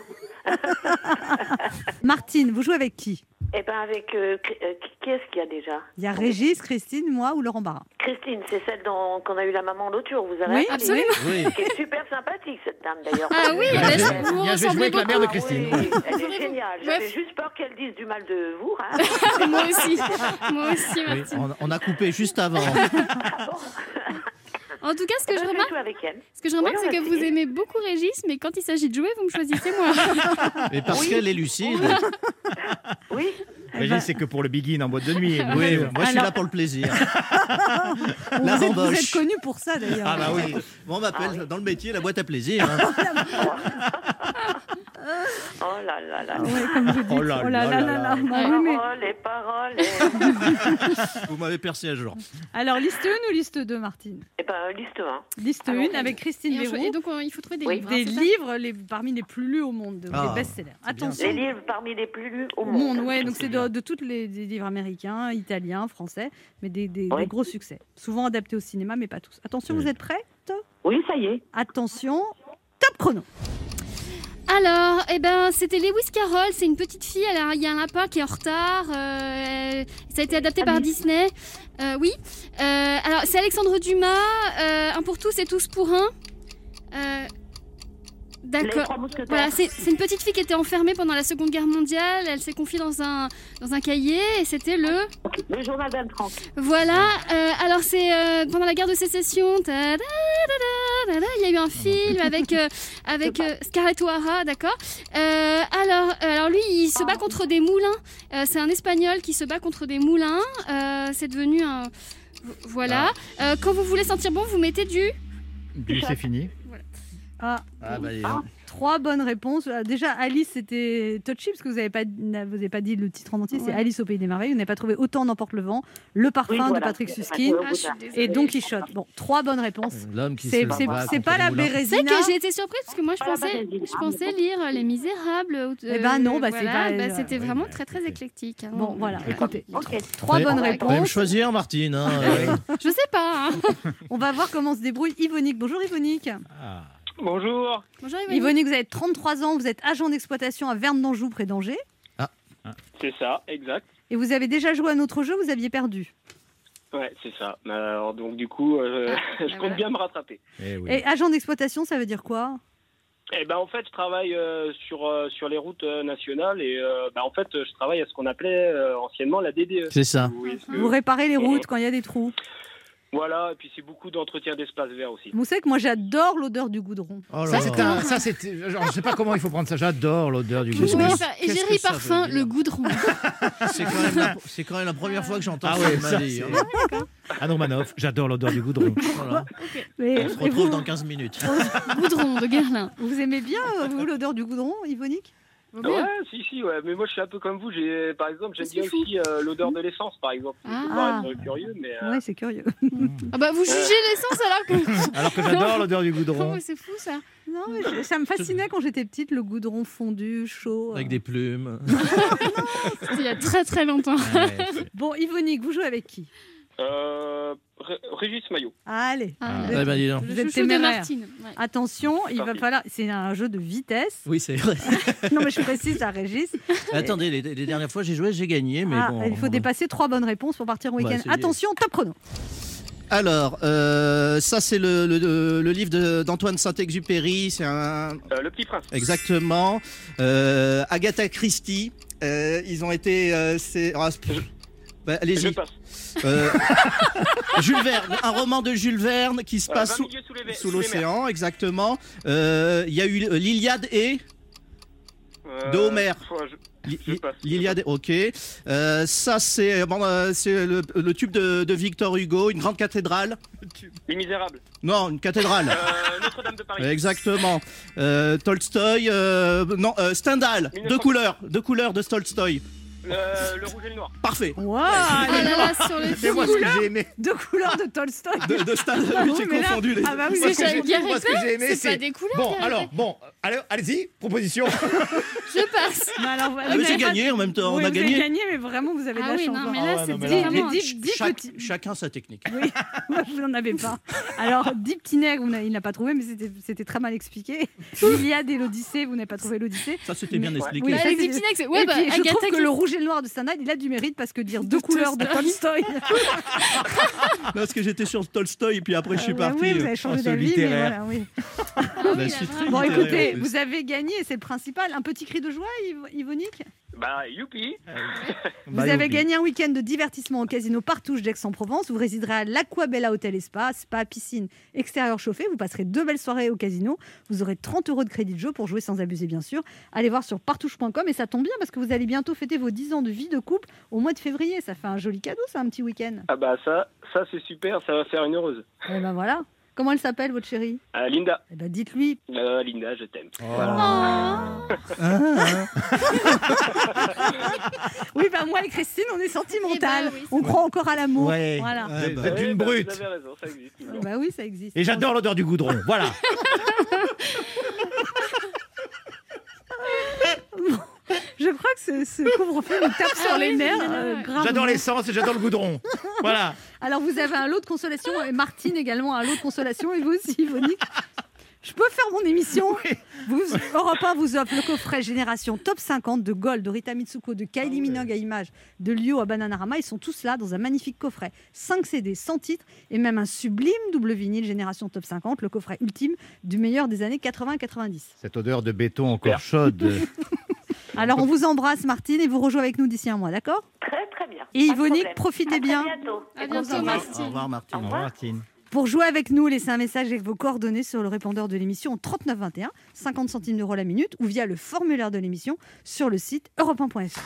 Speaker 1: Martine, vous jouez avec qui
Speaker 9: Eh bien, avec. euh, Cri- euh, qui qui est-ce qu'il y a déjà
Speaker 1: Il y a Régis, Christine, moi ou Laurent Barra
Speaker 9: Christine, c'est celle dont- qu'on a eu la maman l'autre jour. Vous avez
Speaker 1: Oui,
Speaker 9: appelé.
Speaker 3: Absolument.
Speaker 2: Oui.
Speaker 9: Qui est super sympathique, cette dame, d'ailleurs.
Speaker 3: Ah oui,
Speaker 4: Bien
Speaker 3: mais
Speaker 4: joué.
Speaker 3: ça, vous
Speaker 4: Bien joué, jouez
Speaker 3: ressemblez
Speaker 4: avec
Speaker 3: beaucoup.
Speaker 4: la
Speaker 3: euh,
Speaker 4: mère de
Speaker 9: Ah
Speaker 4: Christine.
Speaker 9: oui, elle est géniale. J'avais
Speaker 3: Meuf.
Speaker 9: juste peur qu'elle dise du mal de vous. hein.
Speaker 3: *laughs* Moi aussi. Moi aussi,
Speaker 4: Oui.
Speaker 3: Martine.
Speaker 2: Ah. On, on a coupé juste avant.
Speaker 3: En tout cas, ce que
Speaker 9: Je
Speaker 3: je
Speaker 9: vais
Speaker 3: remarque,
Speaker 9: jouer avec elle.
Speaker 3: ce que je remarque,
Speaker 9: Oui, on
Speaker 3: c'est
Speaker 9: va
Speaker 3: que vous
Speaker 9: essayer.
Speaker 3: aimez beaucoup Régis, mais quand il s'agit de jouer, vous me choisissez
Speaker 2: *laughs*
Speaker 3: moi.
Speaker 2: Mais parce qu'elle est lucide.
Speaker 9: Oui,
Speaker 4: Régis, c'est que pour le begin en boîte de nuit. bien
Speaker 2: Oui,
Speaker 4: sûr.
Speaker 2: moi je suis
Speaker 1: Alors-
Speaker 2: là pour le plaisir.
Speaker 1: Vous
Speaker 2: La
Speaker 1: êtes- vous êtes,
Speaker 2: bamboche.
Speaker 1: connu pour ça d'ailleurs.
Speaker 2: Ah bah oui. Bon, on m'appelle dans le métier la boîte à plaisir. hein.
Speaker 9: Oh là là là.
Speaker 1: Ah ouais, comme vous dites.
Speaker 4: Oh là là là là.
Speaker 1: Bah oui, mais-
Speaker 9: Paroles et paroles. Et...
Speaker 2: Vous m'avez percé à jour.
Speaker 1: Alors, liste 1 ou liste 2, Martine
Speaker 9: Eh ben, liste 1.
Speaker 1: Liste
Speaker 3: Ah,
Speaker 9: Alors,
Speaker 1: 1 avec Christine
Speaker 3: Et, on cho- bah, et
Speaker 1: Véroux.
Speaker 3: donc, on- il faut trouver des
Speaker 9: Oui,
Speaker 3: livres. hein,
Speaker 1: Des
Speaker 3: c'est ça
Speaker 1: livres les, parmi les plus lus au monde, des
Speaker 2: Ah,
Speaker 1: best-sellers.
Speaker 9: Les
Speaker 1: Attention.
Speaker 9: livres parmi les plus lus au
Speaker 1: Au
Speaker 9: monde.
Speaker 1: monde, ouais, donc c'est de, de tous les des livres américains, italiens, français, mais des, des- des
Speaker 9: Ouais.
Speaker 1: gros succès. Souvent adaptés au cinéma, mais pas tous. Attention, vous êtes prêts
Speaker 9: Oui, ça y est.
Speaker 1: Attention, top chrono.
Speaker 3: Alors, eh ben, c'était Lewis Carroll. C'est une petite fille. Elle a- il y a un lapin qui est en retard. euh, ça a
Speaker 9: Ah
Speaker 3: été adapté par Disney. Euh, oui. Euh, alors, c'est Alexandre Dumas. euh, un pour tous et tous pour un. Euh,
Speaker 9: Les
Speaker 3: D'accord.
Speaker 9: trois mousquetaires.
Speaker 3: Voilà, c'est c'est une petite fille qui était enfermée pendant la Seconde Guerre mondiale. Elle s'est confiée dans un, dans un cahier et c'était le.
Speaker 9: Le journal d'Anne Frank.
Speaker 3: Voilà, euh, alors c'est euh, pendant la guerre de sécession. ta-da, ta-da, ta-da, Il y a eu un film avec,
Speaker 1: *laughs*
Speaker 3: euh, avec euh, Scarlett O'Hara, d'accord Euh, alors, euh, alors lui, il
Speaker 1: Ah.
Speaker 3: se bat contre des moulins. Euh, c'est un Espagnol qui se bat contre des moulins. Euh, c'est devenu un. v- Voilà.
Speaker 1: Ah.
Speaker 3: Euh, quand vous voulez sentir bon, vous mettez du.
Speaker 4: Du c'est fini.
Speaker 1: Ah,
Speaker 2: Ah bah allez.
Speaker 9: Hein.
Speaker 1: Trois bonnes réponses. Euh, Déjà, Alice, c'était touchy parce que vous n'avez pas, vous avez pas dit le titre en entier. C'est
Speaker 3: Ouais.
Speaker 1: Alice au pays des merveilles. Vous n'avez pas trouvé autant d'emporte le vent, le parfum
Speaker 9: Oui, voilà.
Speaker 1: de Patrick
Speaker 9: Et
Speaker 1: Suskin
Speaker 9: Ah, je suis
Speaker 1: et Don Quichotte. Bon, trois bonnes réponses.
Speaker 2: L'homme qui
Speaker 1: C'est
Speaker 2: se
Speaker 1: c'est-
Speaker 2: bat
Speaker 1: c'est
Speaker 2: contre
Speaker 1: pas la
Speaker 2: le moulin.
Speaker 3: C'est vrai
Speaker 1: Bérésina.
Speaker 3: que j'ai été surprise parce que moi je
Speaker 9: Voilà,
Speaker 3: pensais,
Speaker 9: Bérésina.
Speaker 3: je pensais lire euh, Les Misérables. ou-
Speaker 1: Ah, Eh ben non, bah, c'est
Speaker 3: voilà,
Speaker 1: pas-
Speaker 3: bah, c'était
Speaker 4: Oui,
Speaker 3: vraiment
Speaker 4: bah,
Speaker 3: très très
Speaker 4: écoutez.
Speaker 3: éclectique. hein.
Speaker 1: Bon, voilà, écoutez.
Speaker 9: Ok.
Speaker 1: Trois
Speaker 2: Mais-
Speaker 3: Ouais.
Speaker 1: bonnes
Speaker 2: *laughs* Vous allez me
Speaker 1: réponses. Ah
Speaker 2: choisir, Martine. hein, euh,
Speaker 3: Je sais pas. hein.
Speaker 1: *laughs* On va voir comment on se débrouille Yvonique. Bonjour Yvonique.
Speaker 4: Ah.
Speaker 10: Bonjour.
Speaker 3: Bonjour Yvonne.
Speaker 1: Yvonique, vous avez 33 ans. Vous êtes agent d'exploitation à Verne d'Anjou près d'Angers.
Speaker 10: C'est ça, exact.
Speaker 1: Et vous avez déjà joué à notre jeu. Vous aviez perdu.
Speaker 10: Ouais, c'est ça. Alors, donc, du coup, euh, *laughs* je compte
Speaker 3: voilà.
Speaker 10: bien me rattraper.
Speaker 4: Eh oui.
Speaker 1: Et agent d'exploitation, ça veut dire quoi
Speaker 10: Eh ben, en fait, je travaille euh, sur, euh, sur les routes euh, nationales et, euh, bah, en fait, je travaille à ce qu'on appelait euh, anciennement la DDE.
Speaker 2: C'est ça.
Speaker 10: Vous voyez ce que-
Speaker 1: Vous réparez les routes quand il y a des trous.
Speaker 10: Voilà, et puis c'est beaucoup d'entretien d'espace vert aussi.
Speaker 1: Vous savez que moi j'adore l'odeur du goudron.
Speaker 4: Oh là là. Ça, c'est un- ça, c'est- genre, je sais pas comment il faut prendre ça. J'adore l'odeur du
Speaker 3: Oui,
Speaker 4: goudron.
Speaker 3: ça- Et
Speaker 2: qu'est-ce
Speaker 3: Géry
Speaker 2: que ça veut
Speaker 3: Parfum,
Speaker 2: dire
Speaker 3: le goudron.
Speaker 2: C'est quand, même la- c'est quand même la première fois que j'entends
Speaker 4: Ah
Speaker 2: ça
Speaker 4: ouais,
Speaker 2: de ma
Speaker 4: ça,
Speaker 2: vie,
Speaker 4: c'est-
Speaker 2: hein.
Speaker 4: Ah non, Manoff, j'adore l'odeur du goudron.
Speaker 2: Voilà.
Speaker 1: Mais- mais
Speaker 2: On se
Speaker 1: vous, Oh,
Speaker 2: retrouve dans 15 minutes.
Speaker 1: *laughs*
Speaker 4: *laughs*
Speaker 3: goudron de Guerlain.
Speaker 1: vous aimez bien, euh,
Speaker 2: *laughs*
Speaker 1: vous, l'odeur du goudron, Yvonique
Speaker 10: Ouais, si, si, ouais. Mais moi, je suis un peu comme vous. J'ai, par exemple, j'aime
Speaker 3: C'est
Speaker 10: bien
Speaker 3: fou.
Speaker 10: aussi euh, l'odeur de l'essence, par exemple.
Speaker 3: Ah.
Speaker 10: Je peux pas être curieux, mais. euh,
Speaker 1: Ouais, c'est
Speaker 2: *laughs*
Speaker 1: curieux.
Speaker 3: Ah bah vous jugez l'essence alors que.
Speaker 4: Alors que j'adore l'odeur du
Speaker 3: Oh,
Speaker 4: goudron.
Speaker 3: mais c'est fou ça.
Speaker 1: Non, mais je- ça me fascinait quand j'étais petite, le goudron fondu, chaud.
Speaker 2: Avec des plumes.
Speaker 3: C'était il y a très très longtemps.
Speaker 4: Ouais, c'est-
Speaker 1: *laughs* Bon, Yvonique, vous jouez avec qui
Speaker 10: euh, Ré- Régis Maillot.
Speaker 1: Allez,
Speaker 3: Ah,
Speaker 2: Eh ben, dis donc.
Speaker 3: le
Speaker 1: Vous êtes
Speaker 3: chouchou de
Speaker 1: téméraire.
Speaker 3: Martine. ouais.
Speaker 1: attention, il va
Speaker 10: Parti.
Speaker 1: falloir. C'est un jeu de vitesse. *laughs*
Speaker 2: Oui, c'est vrai.
Speaker 1: Non, mais je précise à Régis.
Speaker 2: Attendez, les, les dernières fois j'ai joué, j'ai gagné, mais
Speaker 1: Ah,
Speaker 2: bon.
Speaker 1: il faut
Speaker 2: on-
Speaker 1: dépasser trois bonnes réponses pour partir en
Speaker 2: Ouais,
Speaker 1: week-end.
Speaker 2: c'est-
Speaker 1: attention, top chrono.
Speaker 6: Alors, euh, ça c'est le, le- le livre de- d'Antoine Saint-Exupéry, c'est un...
Speaker 10: Euh, le petit prince.
Speaker 6: Exactement. Euh, Agatha Christie, euh, ils ont été... euh, c'est- ah, pff. Bah,
Speaker 10: Je
Speaker 6: Allez-y.
Speaker 10: passe.
Speaker 6: Euh, *laughs* Jules Verne, un roman de Jules Verne qui se
Speaker 10: Euh,
Speaker 6: passe
Speaker 10: 20
Speaker 6: sous,
Speaker 10: milieux sous les ve- sous
Speaker 6: sous
Speaker 10: les mers.
Speaker 6: l'océan, exactement. Euh, Il y a eu euh, l'Iliade et...
Speaker 10: Euh,
Speaker 6: De Homer.
Speaker 10: faut- je-
Speaker 6: Li-
Speaker 10: Je passe.
Speaker 6: L'Iliade, ok. Euh, ça, c'est bon, euh, c'est le, le tube de, de Victor Hugo, une grande cathédrale.
Speaker 10: Les Misérables.
Speaker 6: Non, une cathédrale.
Speaker 10: Euh, Notre-Dame de Paris.
Speaker 6: Exactement. Euh, Tolstoy, euh, non, euh, Stendhal,
Speaker 10: 1900.
Speaker 6: deux couleurs, deux couleurs de Tolstoy.
Speaker 10: Le, le rouge et le noir.
Speaker 6: Parfait.
Speaker 1: Waouh,
Speaker 3: Ah là là, sur le
Speaker 4: C'est moi ce que j'ai aimé.
Speaker 1: de couleurs de Tolstoy.
Speaker 6: De, de Stendhal,
Speaker 1: Ah oui,
Speaker 6: j'ai
Speaker 1: mais là-
Speaker 6: confondu les
Speaker 1: Ah bah oui,
Speaker 4: Moi,
Speaker 3: C'est
Speaker 4: ce que j'ai-
Speaker 3: Jean-Guy
Speaker 4: moi, ce que j'ai aimé,
Speaker 3: C'est pas des couleurs.
Speaker 4: Bon,
Speaker 3: Guy
Speaker 4: alors,
Speaker 3: Répet.
Speaker 4: bon, allez- allez-y,
Speaker 1: *laughs*
Speaker 3: *laughs*
Speaker 4: proposition.
Speaker 3: Je passe.
Speaker 1: Mais alors, vous
Speaker 2: Mais
Speaker 1: avez
Speaker 2: j'ai Ah gagné en même temps,
Speaker 1: Oui,
Speaker 2: on a
Speaker 1: vous avez
Speaker 2: gagné.
Speaker 1: gagné, mais vraiment, vous avez de
Speaker 3: Ah
Speaker 1: la
Speaker 3: oui,
Speaker 1: chance.
Speaker 3: non,
Speaker 1: hein.
Speaker 3: mais
Speaker 4: Ah
Speaker 3: là
Speaker 4: ouais,
Speaker 3: c'est
Speaker 4: non, mais là-
Speaker 3: vraiment.
Speaker 1: Dis- dis- dis
Speaker 2: Chaque-
Speaker 1: petit-
Speaker 2: chacun sa technique.
Speaker 1: *laughs*
Speaker 6: Ah,
Speaker 1: Oui, moi je n'en avais pas. Alors, Dix petits nègres, on a- il n'a pas trouvé, mais c'était- c'était très mal expliqué. L'Iliade et l'Odyssée, vous n'avez pas trouvé l'Odyssée.
Speaker 2: Ça, c'était bien
Speaker 1: Mais-
Speaker 2: expliqué.
Speaker 1: Oui,
Speaker 3: Bah,
Speaker 1: ça,
Speaker 3: les
Speaker 1: c'est-
Speaker 3: petits necks, c'est- Ouais,
Speaker 1: et
Speaker 3: bah,
Speaker 1: puis, je
Speaker 3: Agatha
Speaker 1: trouve que
Speaker 3: Christie.
Speaker 1: le rouge et le noir de Stendhal, il a du mérite parce que dire deux couleurs de Tolstoy. *laughs*
Speaker 6: Parce que j'étais sur Tolstoy et puis après je suis
Speaker 1: Euh,
Speaker 6: parti.
Speaker 1: oui, vous avez changé
Speaker 4: ce
Speaker 1: d'avis, mais voilà,
Speaker 4: littéraire.
Speaker 1: oui.
Speaker 3: Ah oui,
Speaker 6: La
Speaker 3: la
Speaker 6: suite.
Speaker 3: vraie.
Speaker 1: Bon,
Speaker 6: Littéraire,
Speaker 1: écoutez,
Speaker 6: en plus.
Speaker 1: vous avez gagné, c'est le principal. Un petit cri de joie, Yv- Yvonique
Speaker 10: Bah, youpi.
Speaker 1: Ah Vous
Speaker 4: Bah,
Speaker 1: avez gagné un week-end de divertissement au casino Partouche d'Aix-en-Provence. Vous résiderez à l'Aquabella Hotel et Spa, spa, piscine, extérieur chauffé. Vous passerez deux belles soirées au casino. Vous aurez 30 euros de crédit de jeu pour jouer sans abuser, bien sûr. Allez voir sur partouche.com et ça tombe bien parce que vous allez bientôt fêter vos 10 ans de vie de couple au mois de février. Ça fait un joli cadeau, ça, un petit week-end.
Speaker 10: Ah bah ça, ça c'est super, ça va faire une heureuse.
Speaker 1: Et ben voilà. Comment elle s'appelle, votre chérie
Speaker 10: Euh, Linda,
Speaker 1: Eh ben dites-lui.
Speaker 10: Euh, Linda, je t'aime.
Speaker 11: Ah,
Speaker 4: Ah.
Speaker 1: Ah.
Speaker 3: Oh.
Speaker 1: Oui, ben moi et Christine, on est sentimentales.
Speaker 3: Eh ben oui,
Speaker 1: on croit encore à l'amour.
Speaker 4: Ouais.
Speaker 1: Voilà.
Speaker 6: Ouais, bah,
Speaker 4: Vous êtes
Speaker 10: Ouais,
Speaker 4: une
Speaker 10: bah,
Speaker 4: brute.
Speaker 10: Vous avez raison, ça existe. toujours.
Speaker 1: Bah oui, ça existe.
Speaker 4: Et j'adore l'odeur du goudron. Voilà.
Speaker 1: Je crois que ce, ce couvre-feu nous tape sur
Speaker 3: Ah
Speaker 1: les
Speaker 3: oui,
Speaker 1: nerfs.
Speaker 3: oui,
Speaker 1: euh,
Speaker 3: oui.
Speaker 1: gravement.
Speaker 4: J'adore l'essence et j'adore
Speaker 1: *laughs*
Speaker 4: le goudron. Voilà.
Speaker 1: Alors vous avez un lot de consolation et Martine également un lot de consolation et vous aussi, Yvonique. Je peux faire mon émission vous, Europe 1 vous offre le coffret Génération Top 50 de Gold, de Rita Mitsuko, de Kylie Minogue à Image, de Lio à Bananarama. Ils sont tous là dans un magnifique coffret. 5 CD, 100 titres et même un sublime double vinyle Génération Top 50, le coffret ultime du meilleur des années 80-90.
Speaker 4: Cette odeur de béton encore chaude.
Speaker 1: Alors on vous embrasse Martine et vous rejoint avec nous d'ici un mois, d'accord
Speaker 9: Très très bien.
Speaker 1: Et
Speaker 9: Pas de
Speaker 1: Yvonique,
Speaker 9: problème.
Speaker 1: profitez
Speaker 9: À très
Speaker 1: bien.
Speaker 9: bientôt.
Speaker 3: À
Speaker 9: Et qu'on
Speaker 3: bientôt,
Speaker 9: s'embrasse.
Speaker 3: Martine.
Speaker 2: Au revoir, Martine.
Speaker 9: Au revoir.
Speaker 1: Pour jouer avec nous, laissez un message avec vos coordonnées sur le répondeur de l'émission au 3921, 50 centimes d'euros la minute, ou via le formulaire de l'émission sur le site europe 1.fr.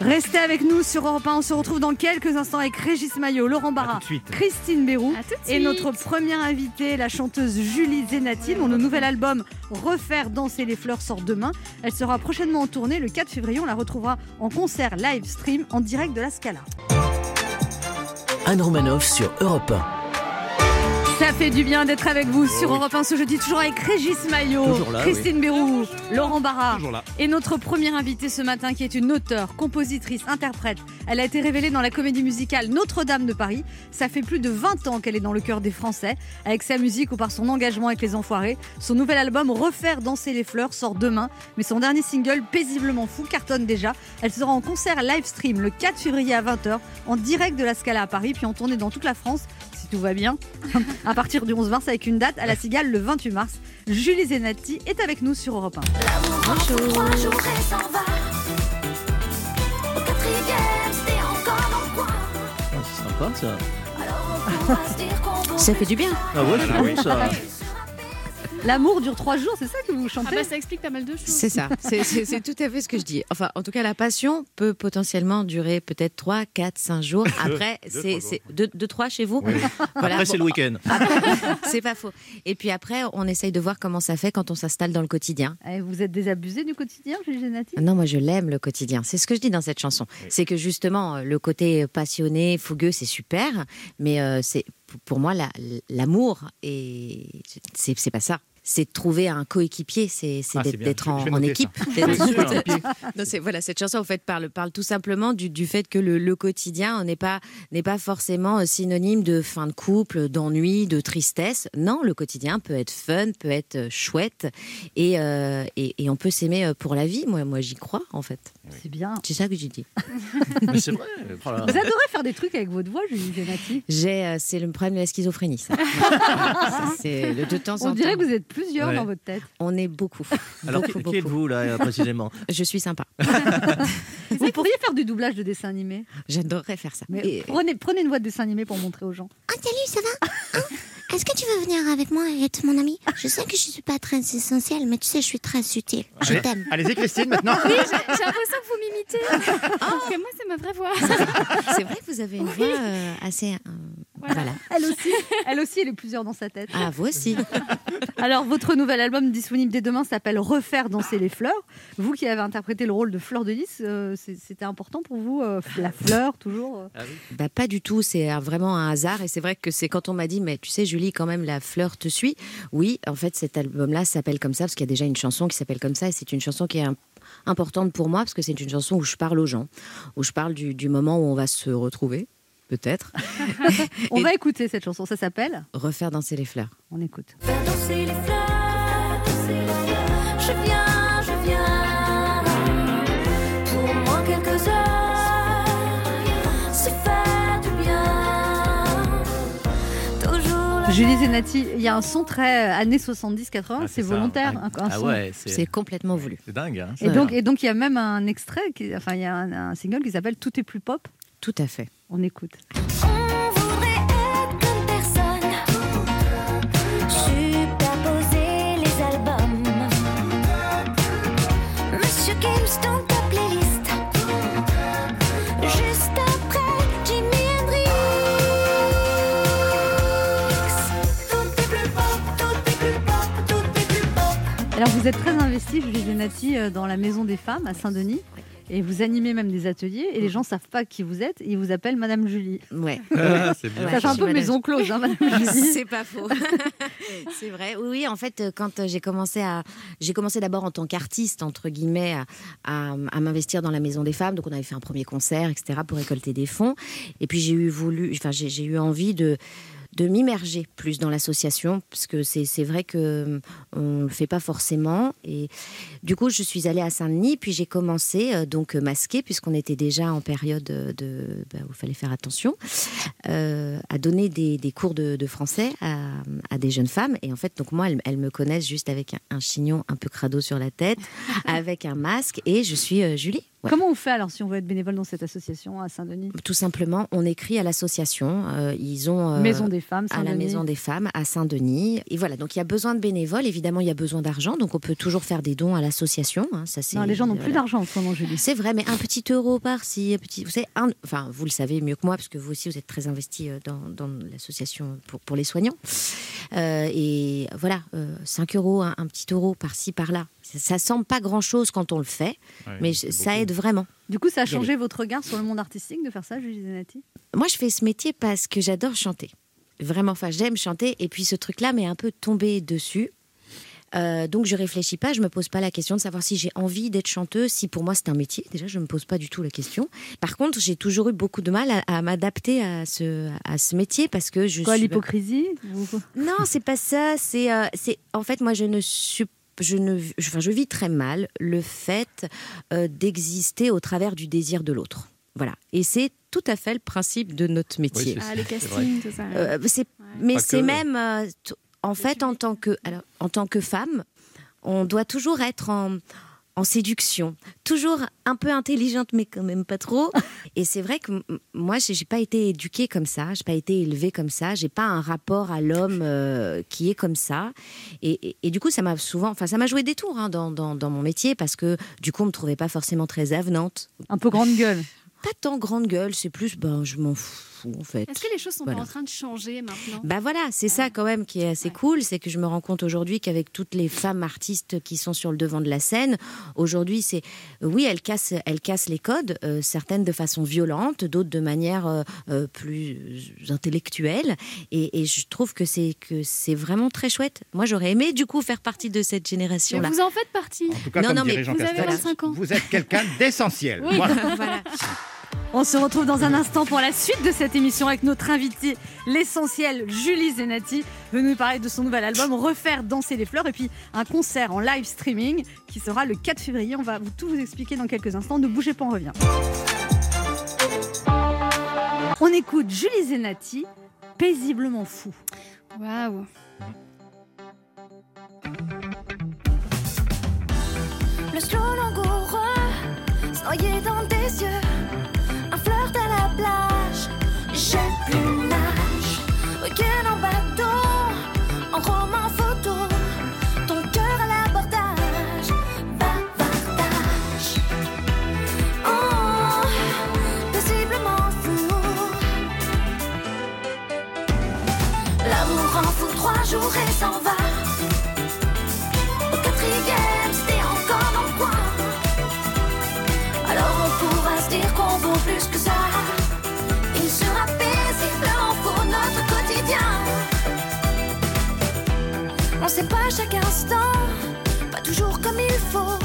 Speaker 1: Restez avec nous sur Europe 1. On se retrouve dans quelques instants avec Régis Maillot, Laurent
Speaker 4: À tout
Speaker 1: Barra,
Speaker 4: de suite.
Speaker 1: Christine Bérou
Speaker 3: À tout de
Speaker 1: et
Speaker 3: suite.
Speaker 1: notre première invitée, la chanteuse Julie Zenati, dont le nouvel album Refaire danser les fleurs sort demain. Elle sera prochainement en tournée le 4 février. On la retrouvera en concert live stream en direct de la Scala.
Speaker 6: Anne Romanoff sur Europe 1.
Speaker 1: Ça fait du bien d'être avec vous sur Europe 1 ce jeudi, toujours avec Régis Maillot,
Speaker 2: Toujours là,
Speaker 1: Christine Bérou, Laurent Barra
Speaker 4: Toujours là.
Speaker 1: et notre première invitée ce matin qui est une auteure, compositrice, interprète. Elle a été révélée dans la comédie musicale Notre-Dame de Paris. Ça fait plus de 20 ans qu'elle est dans le cœur des Français, avec sa musique ou par son engagement avec les enfoirés. Son nouvel album Refaire danser les fleurs sort demain, mais son dernier single Paisiblement fou cartonne déjà. Elle sera en concert live stream le 4 février à 20h en direct de la Scala à Paris, puis en tournée dans toute la France, si tout va bien, à partir du 11 mars avec une date à la Cigale le 28 mars. Julie Zenati est avec nous sur Europe 1.
Speaker 2: Ah, C'est sympa ça.
Speaker 1: Ça fait du bien.
Speaker 2: Ah ouais, c'est bon, ça.
Speaker 1: L'amour dure trois jours, c'est ça que vous chantez
Speaker 3: Ah bah, ça explique pas mal de choses.
Speaker 12: C'est ça, c'est- c'est c'est tout à fait ce que je dis. Enfin, en tout cas, la passion peut potentiellement durer peut-être 3, 4, 5 jours. Après,
Speaker 2: *laughs* Deux,
Speaker 12: c'est
Speaker 2: trois jours.
Speaker 12: 2, 3 chez vous. *laughs* Voilà,
Speaker 2: Après, c'est
Speaker 12: bon,
Speaker 2: le week-end.
Speaker 12: C'est pas faux. Et puis après, on essaye de voir comment ça fait quand on s'installe dans le quotidien.
Speaker 1: Eh, Vous êtes désabusé du quotidien, Gégé Nati
Speaker 12: Non, moi je l'aime le quotidien. C'est ce que je dis dans cette chanson. C'est que justement, euh, le côté passionné, fougueux, c'est super. Mais euh, c'est pour moi, la- l'amour, et c'est c'est pas ça. C'est de trouver un coéquipier, c'est c'est
Speaker 13: Ah, c'est
Speaker 12: d'être-
Speaker 13: bien.
Speaker 12: d'être
Speaker 13: Je- je
Speaker 12: en,
Speaker 13: vais
Speaker 12: en
Speaker 13: noter
Speaker 12: équipe.
Speaker 13: ça.
Speaker 12: d'être-
Speaker 13: Bien sûr.
Speaker 12: *laughs* Non, c'est- voilà, cette chanson en fait parle, parle tout simplement du, du fait que le, le quotidien euh, n'est pas, n'est pas forcément euh, synonyme de fin de couple, d'ennui, de tristesse. Non, le quotidien peut être fun, peut être euh, chouette et, euh, et, et on peut s'aimer euh, pour la vie. Moi, moi j'y crois en fait.
Speaker 1: C'est bien.
Speaker 12: C'est ça que j'ai dit.
Speaker 2: *laughs* Mais c'est vrai. Oh là là.
Speaker 1: Vous adorez faire des trucs avec votre voix, Gégé Nati
Speaker 12: J'ai, euh, c'est le problème de la schizophrénie. Ça. Ah, Ça, c'est le- de temps en temps.
Speaker 1: On dirait que vous êtes plusieurs
Speaker 2: Ouais.
Speaker 1: dans votre tête.
Speaker 12: On est beaucoup.
Speaker 2: Alors, qui,
Speaker 12: Beaucoup,
Speaker 2: qui êtes-vous, là, euh, précisément
Speaker 12: Je suis
Speaker 2: *laughs*
Speaker 12: sympa.
Speaker 1: Vous pourriez faire du doublage de dessin animé.
Speaker 12: J'adorerais faire ça.
Speaker 1: Mais
Speaker 12: Et-
Speaker 1: prenez, prenez une voix de dessin animé pour montrer aux gens.
Speaker 14: Ah salut, ça va Hein Est-ce que tu veux venir avec moi et être mon ami Je sais que je suis pas très essentielle, mais tu sais, je suis très utile. Je
Speaker 4: Allez-
Speaker 14: t'aime.
Speaker 4: Allez-y, Christine, maintenant.
Speaker 3: Oui, j'ai j'ai l'impression que vous m'imitez. Parce que moi, c'est ma vraie voix.
Speaker 12: Ah. C'est vrai que Ah, vous avez une voix euh, assez. euh, voilà.
Speaker 1: Elle aussi, elle aussi, elle est plusieurs dans sa tête.
Speaker 12: Ah, vous aussi.
Speaker 1: Alors, votre nouvel album disponible dès demain s'appelle Refaire danser les fleurs. Vous qui avez interprété le rôle de Fleur de Lys, euh, c'est- c'était important pour vous, euh, *laughs* la fleur, toujours
Speaker 2: Ah
Speaker 1: euh.
Speaker 12: Bah, pas du tout, c'est euh, vraiment un hasard. Et c'est vrai que c'est quand on m'a dit, mais tu sais, Julie, quand même, la fleur te suit. Oui, en fait, cet album-là s'appelle comme ça, parce qu'il y a déjà une chanson qui s'appelle comme ça. Et c'est une chanson qui est im- importante pour moi, parce que c'est une chanson où je parle aux gens, où je parle du, du moment où on va se retrouver,
Speaker 1: *laughs*
Speaker 12: peut-être.
Speaker 1: On va écouter cette chanson, ça s'appelle
Speaker 12: Refaire danser les fleurs.
Speaker 1: On écoute.
Speaker 13: Fais danser les fleurs, danser les fleurs. Je viens, je viens. Pour moi, quelques heures, se fait du bien. Toujours la
Speaker 1: Julie Zenati, il y a un son très euh, années 70-80, c'est
Speaker 2: Ah, ça,
Speaker 1: volontaire.
Speaker 2: un-
Speaker 1: un- un
Speaker 2: ah
Speaker 1: son.
Speaker 2: ouais, c'est- C'est
Speaker 12: complètement voulu.
Speaker 2: C'est dingue, hein
Speaker 1: Et donc, et donc, il y a même un extrait, qui, enfin, il y a un, un single qui s'appelle Tout est plus pop.
Speaker 12: Tout à fait.
Speaker 1: On écoute.
Speaker 13: On voudrait être comme personne. Superposer les albums. Monsieur Games dans ta playlist. Juste après Jimi Hendrix. Tout est plus pop, tout est plus pop, tout est plus pop.
Speaker 1: Alors vous êtes très investi, Julie Zenati, euh, dans la Maison des Femmes à Saint-Denis. Et vous animez même des ateliers. Et les gens ne savent pas qui vous êtes. Et ils vous appellent Madame Julie.
Speaker 12: Ouais.
Speaker 13: Ah, c'est bien.
Speaker 1: Ça fait un peu
Speaker 12: Madame-
Speaker 1: maison close, hein,
Speaker 12: *laughs*
Speaker 1: Madame Julie.
Speaker 12: C'est pas faux. *laughs* C'est vrai. Oui, oui, en fait, euh, quand euh, j'ai commencé à, j'ai commencé d'abord en tant qu'artiste entre guillemets à, à- à m'investir dans la maison des femmes. Donc on avait fait un premier concert, etc., pour récolter des fonds. Et puis j'ai eu voulu, enfin j'ai j'ai eu envie de de m'immerger plus dans l'association, parce que c'est c'est vrai que euh, on le fait pas forcément. Et du coup, je suis allée à Saint-Denis, puis j'ai commencé euh, donc euh, masquée, puisqu'on était déjà en période euh, de, bah, où il fallait faire attention, euh, à donner des, des cours de, de français à, à des jeunes femmes. Et en fait, donc moi, elles, elles me connaissent juste avec un, un chignon un peu crado sur la tête, avec un masque, et je suis euh, Julie.
Speaker 1: *laughs*
Speaker 12: Ouais.
Speaker 1: Comment on fait alors si on veut être bénévole dans cette association à Saint-Denis
Speaker 12: Tout simplement, on écrit à l'association. euh, ils ont
Speaker 1: Maison des femmes,
Speaker 12: à la
Speaker 1: Saint-Denis.
Speaker 12: maison des femmes à Saint-Denis. Et voilà, donc il y a besoin de bénévoles. Évidemment, il y a besoin d'argent, donc on peut toujours faire des dons à l'association. hein, ça, c'est-
Speaker 1: Non, les gens n'ont
Speaker 12: voilà.
Speaker 1: plus d'argent en ce moment, Julie.
Speaker 12: C'est vrai, mais un petit euro par-ci, un petit. Vous savez, un- enfin, vous le savez mieux que moi, parce que vous aussi, vous êtes très investi euh, dans, dans l'association pour, pour les soignants. Euh, et voilà, 5 euros, un, un petit euro par-ci, par-là. Ça, ça semble pas grand-chose quand on le fait,
Speaker 1: Ouais,
Speaker 12: mais
Speaker 1: c'est
Speaker 12: ça
Speaker 1: beaucoup.
Speaker 12: aide vraiment.
Speaker 1: Du coup, ça a changé votre regard sur le monde artistique de faire ça, Julie Zenati
Speaker 12: Moi, je fais ce métier parce que j'adore chanter. Vraiment, enfin, j'aime chanter. Et puis, ce truc-là m'est un peu tombé dessus. Euh, donc, je réfléchis pas, je me pose pas la question de savoir si j'ai envie d'être chanteuse, si pour moi c'est un métier. Déjà, je me pose pas du tout la question. Par contre, j'ai toujours eu beaucoup de mal à, à m'adapter à ce, à ce métier parce que je
Speaker 1: Quoi,
Speaker 12: suis.
Speaker 1: l'hypocrisie Vous-
Speaker 12: Non, c'est pas ça. C'est, euh, c'est en fait, moi, je ne suis je ne, je- enfin, je vis très mal le fait euh, d'exister au travers du désir de l'autre. Voilà. Et c'est tout à fait le principe de notre métier.
Speaker 3: Ah, les castings, tout ça.
Speaker 12: Euh, c'est- mais
Speaker 3: Pas
Speaker 12: c'est
Speaker 3: que.
Speaker 12: même euh, t- en fait en tant que alors, en tant que femme, on doit toujours être en en séduction. Toujours un peu intelligente, mais quand même pas
Speaker 1: *laughs*
Speaker 12: trop. Et c'est vrai que m- moi, j'ai j'ai pas été éduquée comme ça, j'ai pas été élevée comme ça, j'ai pas un rapport à l'homme euh, qui est comme ça. Et, et- et du coup, ça m'a souvent, enfin, ça m'a joué des tours hein, dans, dans- dans mon métier parce que du coup, on me trouvait pas forcément très avenante.
Speaker 1: Un peu grande gueule.
Speaker 12: Pas tant grande gueule, c'est plus, ben, je m'en fous en fait.
Speaker 3: Est-ce que les choses sont
Speaker 12: Voilà.
Speaker 3: pas en train de changer maintenant
Speaker 12: Bah voilà, c'est ça quand même qui est assez cool, c'est que je me rends compte aujourd'hui qu'avec toutes les femmes artistes qui sont sur le devant de la scène, aujourd'hui c'est oui, elles cassent, elles cassent les codes, euh, certaines de façon violente, d'autres de manière euh, euh, plus intellectuelle, et, et je trouve que c'est que c'est vraiment très chouette. Moi j'aurais aimé du coup faire partie de cette génération là.
Speaker 3: Mais vous en faites partie.
Speaker 12: En
Speaker 4: tout cas,
Speaker 12: Non,
Speaker 4: comme
Speaker 12: non, mais
Speaker 4: dirigeant
Speaker 12: vous avez
Speaker 4: Castex,
Speaker 12: 25 ans.
Speaker 4: vous êtes quelqu'un d'essentiel.
Speaker 1: Oui,
Speaker 4: Voilà.
Speaker 1: *laughs* voilà. On se retrouve dans un instant pour la suite de cette émission avec notre invitée, l'essentiel Julie Zenati, venue nous parler de son nouvel album Refaire danser les fleurs et puis un concert en live streaming qui sera le 4 février. On va vous tout vous expliquer dans quelques instants. Ne bougez pas, on revient. On écoute Julie Zenati, paisiblement fou.
Speaker 3: Waouh.
Speaker 13: Le slow langoureux, se noyer dans tes yeux. Un flirt à la plage, j'ai plus l'âge. Week-end en bateau, en roman photo. Ton cœur à l'abordage, bavardage. Oh, paisiblement fou. L'amour en fou trois jours et s'en va. Au quatrième, c'était encore dans le coin. Alors on pourra se dire qu'on vaut plus que ça. Il sera paisiblement pour notre quotidien. On sait pas chaque instant, pas toujours comme il faut,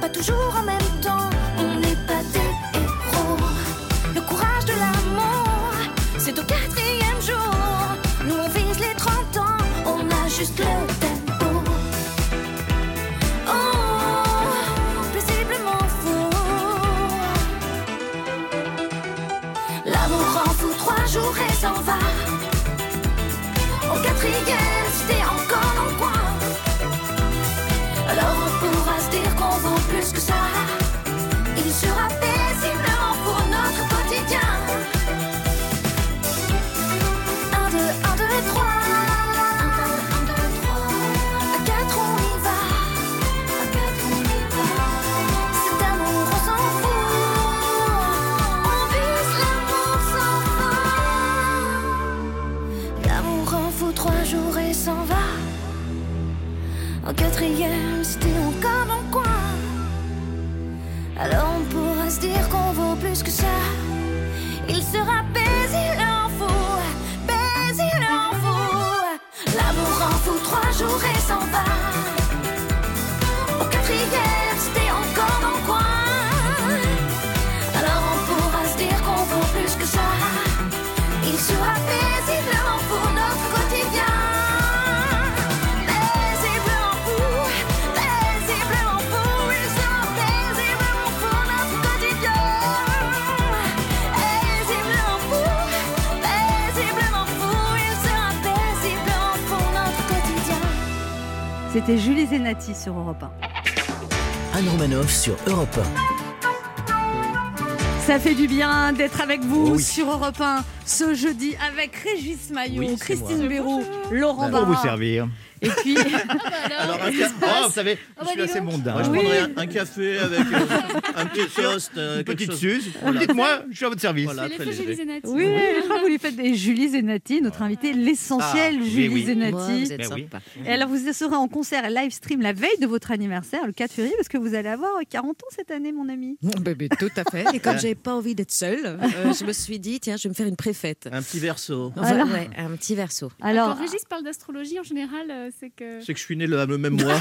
Speaker 13: pas toujours en même temps. On n'est pas des héros. Le courage de l'amour, c'est au quatrième jour. Nous on vise les 30 ans, on a juste le tempo. Oh, paisiblement fou. L'amour en fou trois jours et s'en va. Au quatrième, c'était encore dans le coin. Alors on pourra se dire qu'on vaut plus que ça. Il sera paisiblement pour notre quotidien. Un, deux, un, deux, trois. Un, deux, un, deux, trois. À quatre, on y va. Cet amour, on s'en fout. On vise l'amour sans fin. L'amour en fout trois jours et s'en va. En quatrième, c'était encore dans le coin. Alors on pourra se dire qu'on vaut plus que ça. Il sera paisible en fou. Paisible en fou. L'amour en fout trois jours et s'en va. Au quatrième, c'était encore dans le coin. Alors on pourra se dire qu'on vaut plus que ça. Il sera paisiblement pour notre quotidien. Paisiblement pour, paisiblement pour, il sera paisiblement pour notre quotidien. Paisiblement pour, paisiblement pour, il sera paisiblement pour notre quotidien.
Speaker 1: C'était Julie Zenati sur Europe 1.
Speaker 15: Anne Romanoff sur Europe
Speaker 1: Ça fait du bien d'être avec vous
Speaker 15: Oh oui.
Speaker 1: sur Europe 1 ce jeudi avec Régis Maillot,
Speaker 4: Oui, c'est
Speaker 1: Christine
Speaker 4: moi.
Speaker 1: Béraud, Laurent
Speaker 4: Pour
Speaker 1: Barra.
Speaker 4: vous servir.
Speaker 1: Et
Speaker 4: *laughs*
Speaker 1: puis.
Speaker 4: Alors, un café- oh, vous
Speaker 1: Ah
Speaker 4: savez, je
Speaker 1: bah,
Speaker 4: suis assez mondain.
Speaker 2: Moi, je prendrais un, un café avec
Speaker 4: *laughs*
Speaker 2: euh, un petit toast. euh,
Speaker 4: Une
Speaker 2: quelque
Speaker 4: petite
Speaker 2: chose.
Speaker 4: suze.
Speaker 2: Voilà.
Speaker 4: Dites-moi, je suis à votre service.
Speaker 2: Voilà, C'est très l'effet léger. Julie Zenati.
Speaker 1: Oui, je crois que vous les faites. Et Julie Zenati, notre invitée, l'essentielle
Speaker 4: Ah, oui,
Speaker 1: Julie
Speaker 4: oui.
Speaker 1: Zenati.
Speaker 4: Moi, vous êtes Mais Ben oui. sympa.
Speaker 1: Et alors, vous serez en concert et live stream la veille de votre anniversaire, le 4 février, parce que vous allez avoir 40 ans cette année, mon ami.
Speaker 12: tout à fait. Et comme j'avais pas envie d'être seule, euh, je me suis dit tiens, je vais me faire une préfète.
Speaker 2: Un petit verso.
Speaker 12: Voilà, ouais, un petit verso.
Speaker 3: Quand Régis parle d'astrologie en général, euh, c'est que.
Speaker 2: C'est que je suis né le, le même mois.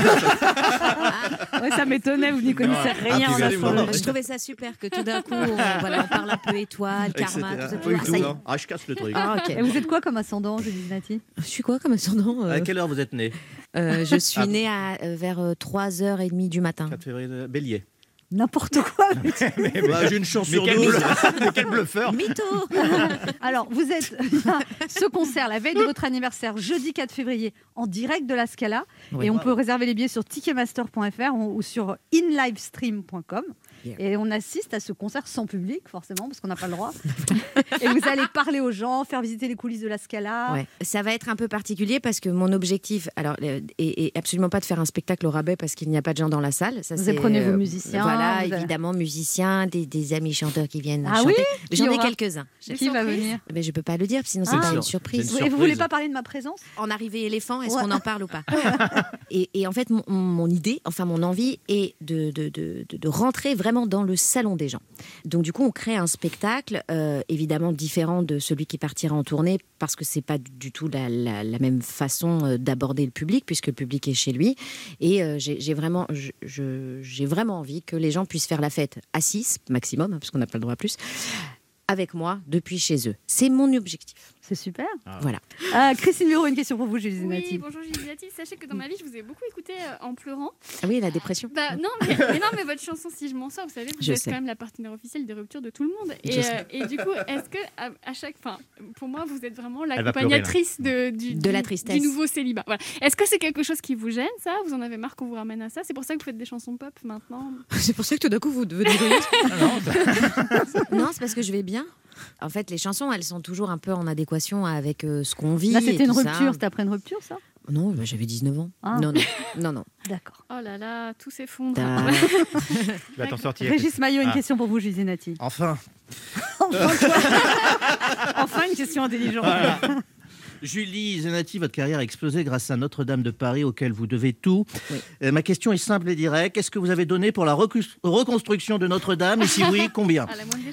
Speaker 1: Ouais, ça m'étonnait, vous n'y connaissez
Speaker 2: Non,
Speaker 1: rien en
Speaker 2: absolument.
Speaker 1: astrologie.
Speaker 12: Je trouvais ça super que tout d'un coup, on,
Speaker 2: *laughs*
Speaker 12: voilà, on parle un peu étoile, Ah, karma, tout ça.
Speaker 2: Etc.
Speaker 12: tout
Speaker 2: Pas du
Speaker 12: ça.
Speaker 2: tout,
Speaker 12: Ça y est.
Speaker 2: non. Ah, je casse le truc.
Speaker 12: Ah, ok.
Speaker 1: Et vous êtes quoi comme ascendant, Julie Zenati
Speaker 12: Je suis quoi comme ascendant euh,
Speaker 2: À quelle heure vous êtes né
Speaker 12: euh, Je suis
Speaker 2: Ah, *laughs*
Speaker 12: née à, euh, vers euh, 3h30 du matin.
Speaker 2: 4 février, euh, Bélier.
Speaker 1: N'importe quoi.
Speaker 2: *laughs* Bah, J'ai une chance
Speaker 4: mais
Speaker 2: sur
Speaker 4: quel
Speaker 2: deux. *laughs*
Speaker 4: bluff- mais quel bluffeur
Speaker 1: Mytho *laughs* Alors, vous êtes *laughs* ce concert la veille de votre anniversaire, jeudi 4 février, en direct de la Scala.
Speaker 12: Oui.
Speaker 1: Et on
Speaker 12: Wow.
Speaker 1: peut réserver les billets sur ticketmaster.fr ou ou sur inlivestream.com.
Speaker 12: Yeah.
Speaker 1: Et on assiste à ce concert sans public, forcément, parce qu'on n'a pas le droit. *laughs* et vous allez parler aux gens, faire visiter les coulisses de la Scala.
Speaker 12: Ouais. Ça va être un peu particulier parce que mon objectif, alors, euh, est, est absolument pas de faire un spectacle au rabais parce qu'il n'y a pas de gens dans la salle. Ça,
Speaker 1: Vous
Speaker 12: c'est,
Speaker 1: prenez vos
Speaker 12: euh,
Speaker 1: musiciens,
Speaker 12: Voilà,
Speaker 1: vous-
Speaker 12: évidemment, musiciens, des, des amis chanteurs qui viennent
Speaker 1: Ah
Speaker 12: chanter.
Speaker 1: oui
Speaker 12: J'en
Speaker 1: Il y
Speaker 12: ai
Speaker 1: aura-
Speaker 12: quelques-uns.
Speaker 1: Qui Une va surprise venir
Speaker 12: Mais je peux pas le dire, sinon c'est
Speaker 1: Ah.
Speaker 12: pas
Speaker 1: Bien
Speaker 12: une
Speaker 1: sûr,
Speaker 12: surprise.
Speaker 1: c'est une Et vous voulez surprise. pas parler de ma présence
Speaker 12: En arrivée éléphant, est-ce
Speaker 1: *laughs* Ouais.
Speaker 12: qu'on en parle ou pas et, et en fait, mon, mon idée, enfin mon envie, est de, de, de- de- de rentrer vraiment dans le salon des gens. Donc du coup, on crée un spectacle euh, évidemment différent de celui qui partira en tournée, parce que c'est pas du- du tout la, la- la même façon euh, d'aborder le public, puisque le public est chez lui. Et euh, j'ai j'ai vraiment, je- je- j'ai vraiment envie que les gens puissent faire la fête à 6 maximum, hein, parce qu'on n'a pas le droit à plus, avec moi depuis chez eux. C'est mon objectif.
Speaker 1: C'est super.
Speaker 12: Voilà.
Speaker 1: Ah, Christine Leroux, une question pour vous, Julie
Speaker 3: Oui,
Speaker 1: Zenati.
Speaker 3: bonjour Gilles Sachez que dans ma vie, je vous ai beaucoup écouté euh, en pleurant.
Speaker 12: Ah oui, la dépression. *laughs*
Speaker 3: Bah, non, mais, mais non, mais votre chanson, si je m'en sors, vous savez, vous
Speaker 12: Je
Speaker 3: êtes
Speaker 12: sais.
Speaker 3: quand même la partenaire officielle des ruptures de tout le monde.
Speaker 12: Je
Speaker 3: Et,
Speaker 12: sais.
Speaker 3: euh, et du coup, est-ce que à, à chaque, enfin, pour moi, vous êtes vraiment
Speaker 12: Elle va
Speaker 3: l'accompagnatrice de, du,
Speaker 12: De la
Speaker 3: du-
Speaker 12: tristesse.
Speaker 3: du nouveau célibat. Voilà. Est-ce que c'est quelque chose qui vous gêne, ça Vous en avez marre qu'on vous ramène à ça C'est pour ça que vous faites des chansons pop
Speaker 12: *laughs*
Speaker 3: maintenant
Speaker 12: C'est pour ça que tout d'un coup vous devenez
Speaker 1: *laughs* Ah
Speaker 12: Non, c'est parce que je vais bien. En fait, les chansons, elles sont toujours un peu en adéquation avec euh, ce qu'on vit.
Speaker 1: Là,
Speaker 12: et
Speaker 1: c'était une
Speaker 12: tout ça.
Speaker 1: rupture. C'était après une rupture, ça
Speaker 12: Non, bah, j'avais 19 ans.
Speaker 1: Ah.
Speaker 12: Non, non, non, non.
Speaker 1: D'accord.
Speaker 3: Oh là là, tout s'effondre.
Speaker 12: T'as-
Speaker 4: *laughs* Tu vas t'en sortir.
Speaker 1: Régis Maillot, une
Speaker 4: Ah.
Speaker 1: question pour vous, Julie Zenati. *laughs*
Speaker 6: Enfin.
Speaker 1: Enfin, une question intelligente.
Speaker 2: Julie Zenati, votre carrière a explosé grâce à Notre-Dame de Paris, auquel vous devez tout. Euh, ma question est simple et directe. Qu'est-ce que vous avez donné pour la recus- reconstruction de Notre-Dame Et Ah, si oui,
Speaker 1: *laughs*
Speaker 2: combien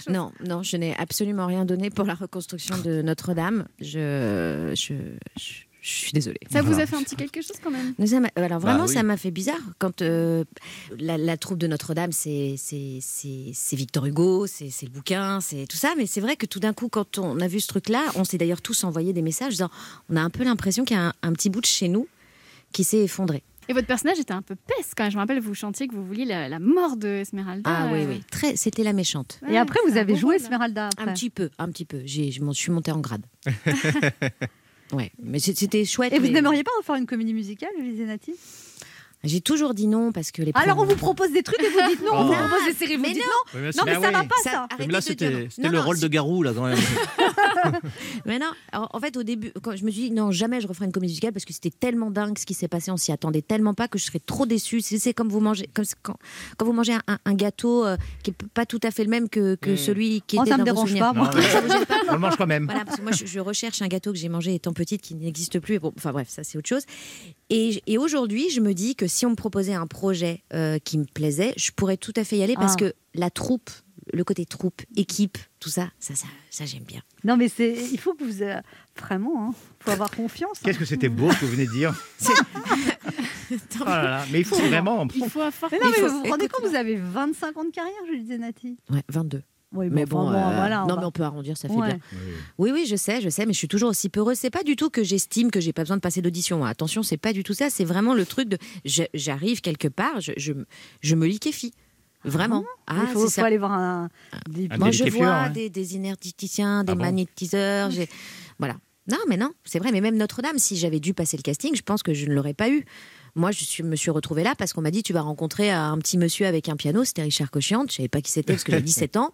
Speaker 12: Non, non, je n'ai absolument rien donné pour la reconstruction de Notre-Dame. Je, je, je, je suis désolée.
Speaker 3: *laughs* Ça vous a
Speaker 12: Voilà.
Speaker 3: fait un petit quelque chose quand même
Speaker 12: Mais ça m'a- euh, Alors vraiment,
Speaker 3: oui.
Speaker 12: ça m'a fait bizarre quand euh, la, la troupe de Notre-Dame, c'est c'est- c'est- c'est Victor Hugo, c'est c'est le bouquin, c'est tout ça. Mais c'est vrai que tout d'un coup, quand on a vu ce truc-là, on s'est d'ailleurs tous envoyé des messages disant, on a un peu l'impression qu'il y a un, un petit bout de chez nous qui s'est effondré.
Speaker 3: Et votre personnage était un peu peste quand même. Je me rappelle, vous chantiez que vous vouliez la, la mort de Esmeralda.
Speaker 12: Ah oui,
Speaker 3: Euh,
Speaker 12: oui, très. C'était la méchante.
Speaker 3: Et après, vous avez joué
Speaker 1: Esmeralda
Speaker 12: Un petit peu, un petit peu. J'ai- Je m'en- je suis montée en grade. ouais, mais c'est- c'était chouette.
Speaker 1: Et vous
Speaker 12: mais-
Speaker 1: n'aimeriez pas refaire une comédie musicale, Julie Zenati
Speaker 12: J'ai toujours dit non parce que les.
Speaker 1: Alors,
Speaker 12: premiers-
Speaker 1: on vous propose des trucs et vous dites non.
Speaker 4: Oh.
Speaker 1: On vous
Speaker 12: Ah,
Speaker 1: propose des séries, vous
Speaker 12: mais
Speaker 1: dites non.
Speaker 12: non.
Speaker 1: Non,
Speaker 4: Ah
Speaker 1: mais ça va pas, ça.
Speaker 12: arrêtez de
Speaker 2: Mais là,
Speaker 12: dire non.
Speaker 2: c'était c'était
Speaker 12: Non,
Speaker 2: le
Speaker 12: non,
Speaker 2: rôle de Garou, là, quand même.
Speaker 12: *laughs* Mais non, en en fait, au début, quand je me suis dit non, jamais je referai une comédie musicale parce que c'était tellement dingue ce qui s'est passé, on s'y attendait tellement pas que je serais trop déçue. C'est c'est comme vous mangez, comme quand, quand vous mangez un, un gâteau euh, qui est pas tout à fait le même que, que
Speaker 4: Mm.
Speaker 12: celui qui
Speaker 1: Oh,
Speaker 12: était
Speaker 1: ça me
Speaker 12: dans vos
Speaker 1: dérange
Speaker 12: souvenirs.
Speaker 1: pas, moi. Non,
Speaker 4: mais-
Speaker 12: Ça me
Speaker 4: *laughs*
Speaker 12: gêne pas.
Speaker 4: On le mange quand même.
Speaker 12: Voilà, parce que moi, je, je recherche un gâteau que j'ai mangé étant petite qui n'existe plus. Et bon, enfin bref, ça c'est autre chose. Et, j- et aujourd'hui, je me dis que si on me proposait un projet euh, qui me plaisait, je pourrais tout à fait y aller parce
Speaker 1: Ah.
Speaker 12: que la troupe, le côté troupe, équipe, tout ça, ça, ça, ça j'aime bien.
Speaker 1: Non, mais c'est, il faut que vous. euh, vraiment, il faut avoir
Speaker 4: *laughs*
Speaker 1: confiance.
Speaker 4: Qu'est-ce que c'était beau ce que vous venez de dire Oh là là, Mais il faut vraiment.
Speaker 3: Il faut avoir
Speaker 1: Mais non, mais
Speaker 12: Il faut-
Speaker 1: vous vous rendez compte, vous avez 25 ans de carrière, Julie Zenati.
Speaker 12: Ouais, 22.
Speaker 1: Oui,
Speaker 12: mais
Speaker 1: bon,
Speaker 12: bon,
Speaker 1: enfin, bon,
Speaker 12: euh,
Speaker 1: voilà, on
Speaker 12: non,
Speaker 1: va-
Speaker 12: mais on peut arrondir, ça fait
Speaker 1: Ouais.
Speaker 12: bien. Oui, oui, je sais, je sais, mais je suis toujours aussi peureuse. C'est pas du tout que j'estime que j'ai pas besoin de passer d'audition. hein. Attention, c'est pas du tout ça. C'est vraiment le truc de je- j'arrive quelque part, je, je, je me liquéfie. Vraiment.
Speaker 1: Ah, il faut,
Speaker 12: c'est
Speaker 1: faut
Speaker 12: ça.
Speaker 1: aller voir un. des-
Speaker 12: Moi, je vois des, des inertiticiens, des magnétiseurs. j'ai- Voilà. Non, mais non, c'est vrai. Mais même Notre-Dame, si j'avais dû passer le casting, je pense que je ne l'aurais pas eu. Moi, je suis- me suis retrouvée là parce qu'on m'a dit tu vas rencontrer un petit monsieur avec un piano. C'était Richard Cochian. Je savais pas qui c'était parce que j'avais
Speaker 1: *laughs*
Speaker 12: 17 ans.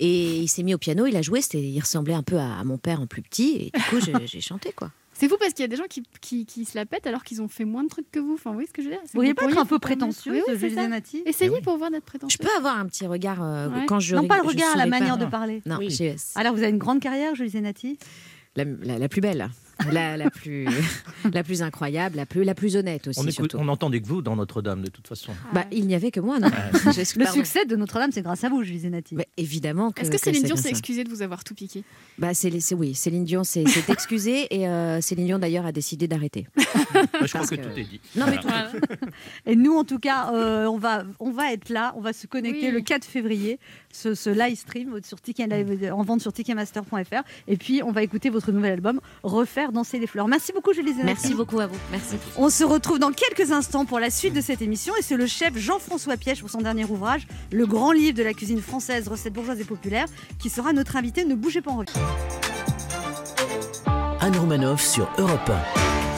Speaker 12: Et il s'est mis au piano, il a joué. c'était- Il ressemblait un peu à, à mon père en plus petit. Et du coup,
Speaker 1: *laughs*
Speaker 12: j'ai- j'ai chanté, quoi.
Speaker 3: C'est fou parce qu'il y a des gens qui, qui, qui se la pètent alors qu'ils ont fait moins de trucs que vous. Enfin, vous voyez ce que je veux dire C'est
Speaker 1: Vous pourriez
Speaker 3: que
Speaker 1: pas être un peu
Speaker 3: pourriez vous permettre-
Speaker 1: prétentieuse,
Speaker 3: Oui, oui, c'est
Speaker 1: Julie
Speaker 3: ça.
Speaker 1: Zenati
Speaker 3: Essayez pour voir d'être prétentieuse.
Speaker 12: Je peux avoir un petit regard euh,
Speaker 3: Ouais.
Speaker 12: quand je.
Speaker 1: Non, pas le
Speaker 12: je
Speaker 1: regard, la
Speaker 12: souris pas.
Speaker 1: manière de parler.
Speaker 12: Non,
Speaker 1: Oui.
Speaker 12: j'ai-
Speaker 1: Alors, vous avez une grande carrière, Julie Zenati.
Speaker 12: la, la- la plus belle, la, la plus, *laughs* la plus incroyable, la plus, la plus honnête aussi.
Speaker 2: On, écoute,
Speaker 12: surtout.
Speaker 2: on entendait que vous dans Notre-Dame, de toute façon.
Speaker 12: Bah, il n'y avait que moi, non
Speaker 1: Ah. Le
Speaker 12: *laughs*
Speaker 1: succès de Notre-Dame, c'est grâce à vous, Julie Zenati.
Speaker 12: Mais Bah, évidemment que.
Speaker 3: Est-ce que Céline Dion
Speaker 12: comme
Speaker 3: s'est
Speaker 12: ça.
Speaker 3: excusée de vous avoir tout piqué
Speaker 12: Bah, c'est, c'est- oui, Céline Dion s'est, s'est excusée et euh, Céline Dion d'ailleurs a
Speaker 5: *laughs*
Speaker 12: décidé d'arrêter.
Speaker 2: je crois que, tout est dit.
Speaker 12: Non, mais tout-
Speaker 1: Et nous, en tout cas, euh, on, va, on va être là, on va se connecter
Speaker 3: Oui.
Speaker 1: le 4 février, ce, ce live stream sur Ticket Live- en vente sur ticketmaster.fr. Et puis, on va écouter votre nouvel album, Refaire faire danser les fleurs. Merci beaucoup, Julie Zenetti.
Speaker 12: Merci beaucoup à vous. Merci.
Speaker 1: On se retrouve dans quelques instants pour la suite de cette émission et c'est le chef Jean-François Piège pour son dernier ouvrage, Le grand livre de la cuisine française, recettes bourgeoises et populaires, qui sera notre invité. Ne bougez pas en revue.
Speaker 15: Anne Romanoff sur Europe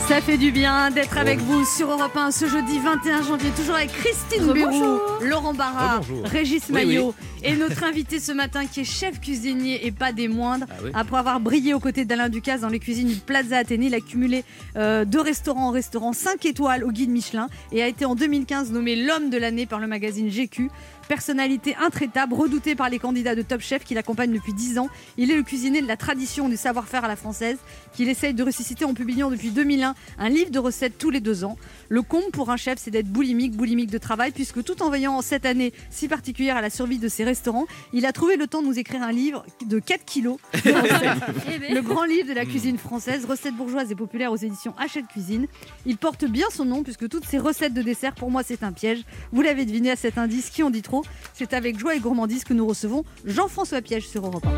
Speaker 1: Ça fait du bien
Speaker 11: Oh
Speaker 1: d'être avec vous sur Europe 1 ce jeudi 21 janvier, toujours avec Christine Béroux,
Speaker 11: Rebonjour.
Speaker 1: Laurent Barra,
Speaker 11: Rebonjour.
Speaker 1: Régis
Speaker 11: Oh, Oui,
Speaker 1: Maillot
Speaker 11: oui.
Speaker 1: et notre invité ce matin qui est chef cuisinier et pas des moindres.
Speaker 11: Ah oui.
Speaker 1: Après avoir brillé aux côtés d'Alain Ducasse dans les cuisines du Plaza Athénée, il a cumulé euh, de restaurant en restaurant 5 étoiles au guide Michelin et a été en 2015 nommé l'homme de l'année par le magazine GQ. Personnalité intraitable, redoutée par les candidats de Top Chef qu'il accompagne depuis 10 ans. Il est le cuisinier de la tradition du savoir-faire à la française qu'il essaye de ressusciter en publiant depuis 2001 un livre de recettes tous les deux ans. Le comble pour un chef, c'est d'être boulimique, boulimique de travail, puisque tout en veillant cette année si particulière à la survie de ses restaurants, il a trouvé le temps de nous écrire un livre de 4 kilos de recettes. le grand livre de la cuisine française, recettes bourgeoises et populaires aux éditions Hachette Cuisine. Il porte bien son nom puisque toutes ses recettes de dessert, pour moi, c'est un piège. Vous l'avez deviné à cet indice, qui en dit trop C'est avec joie et gourmandise que nous recevons Jean-François Piège sur Europe 1.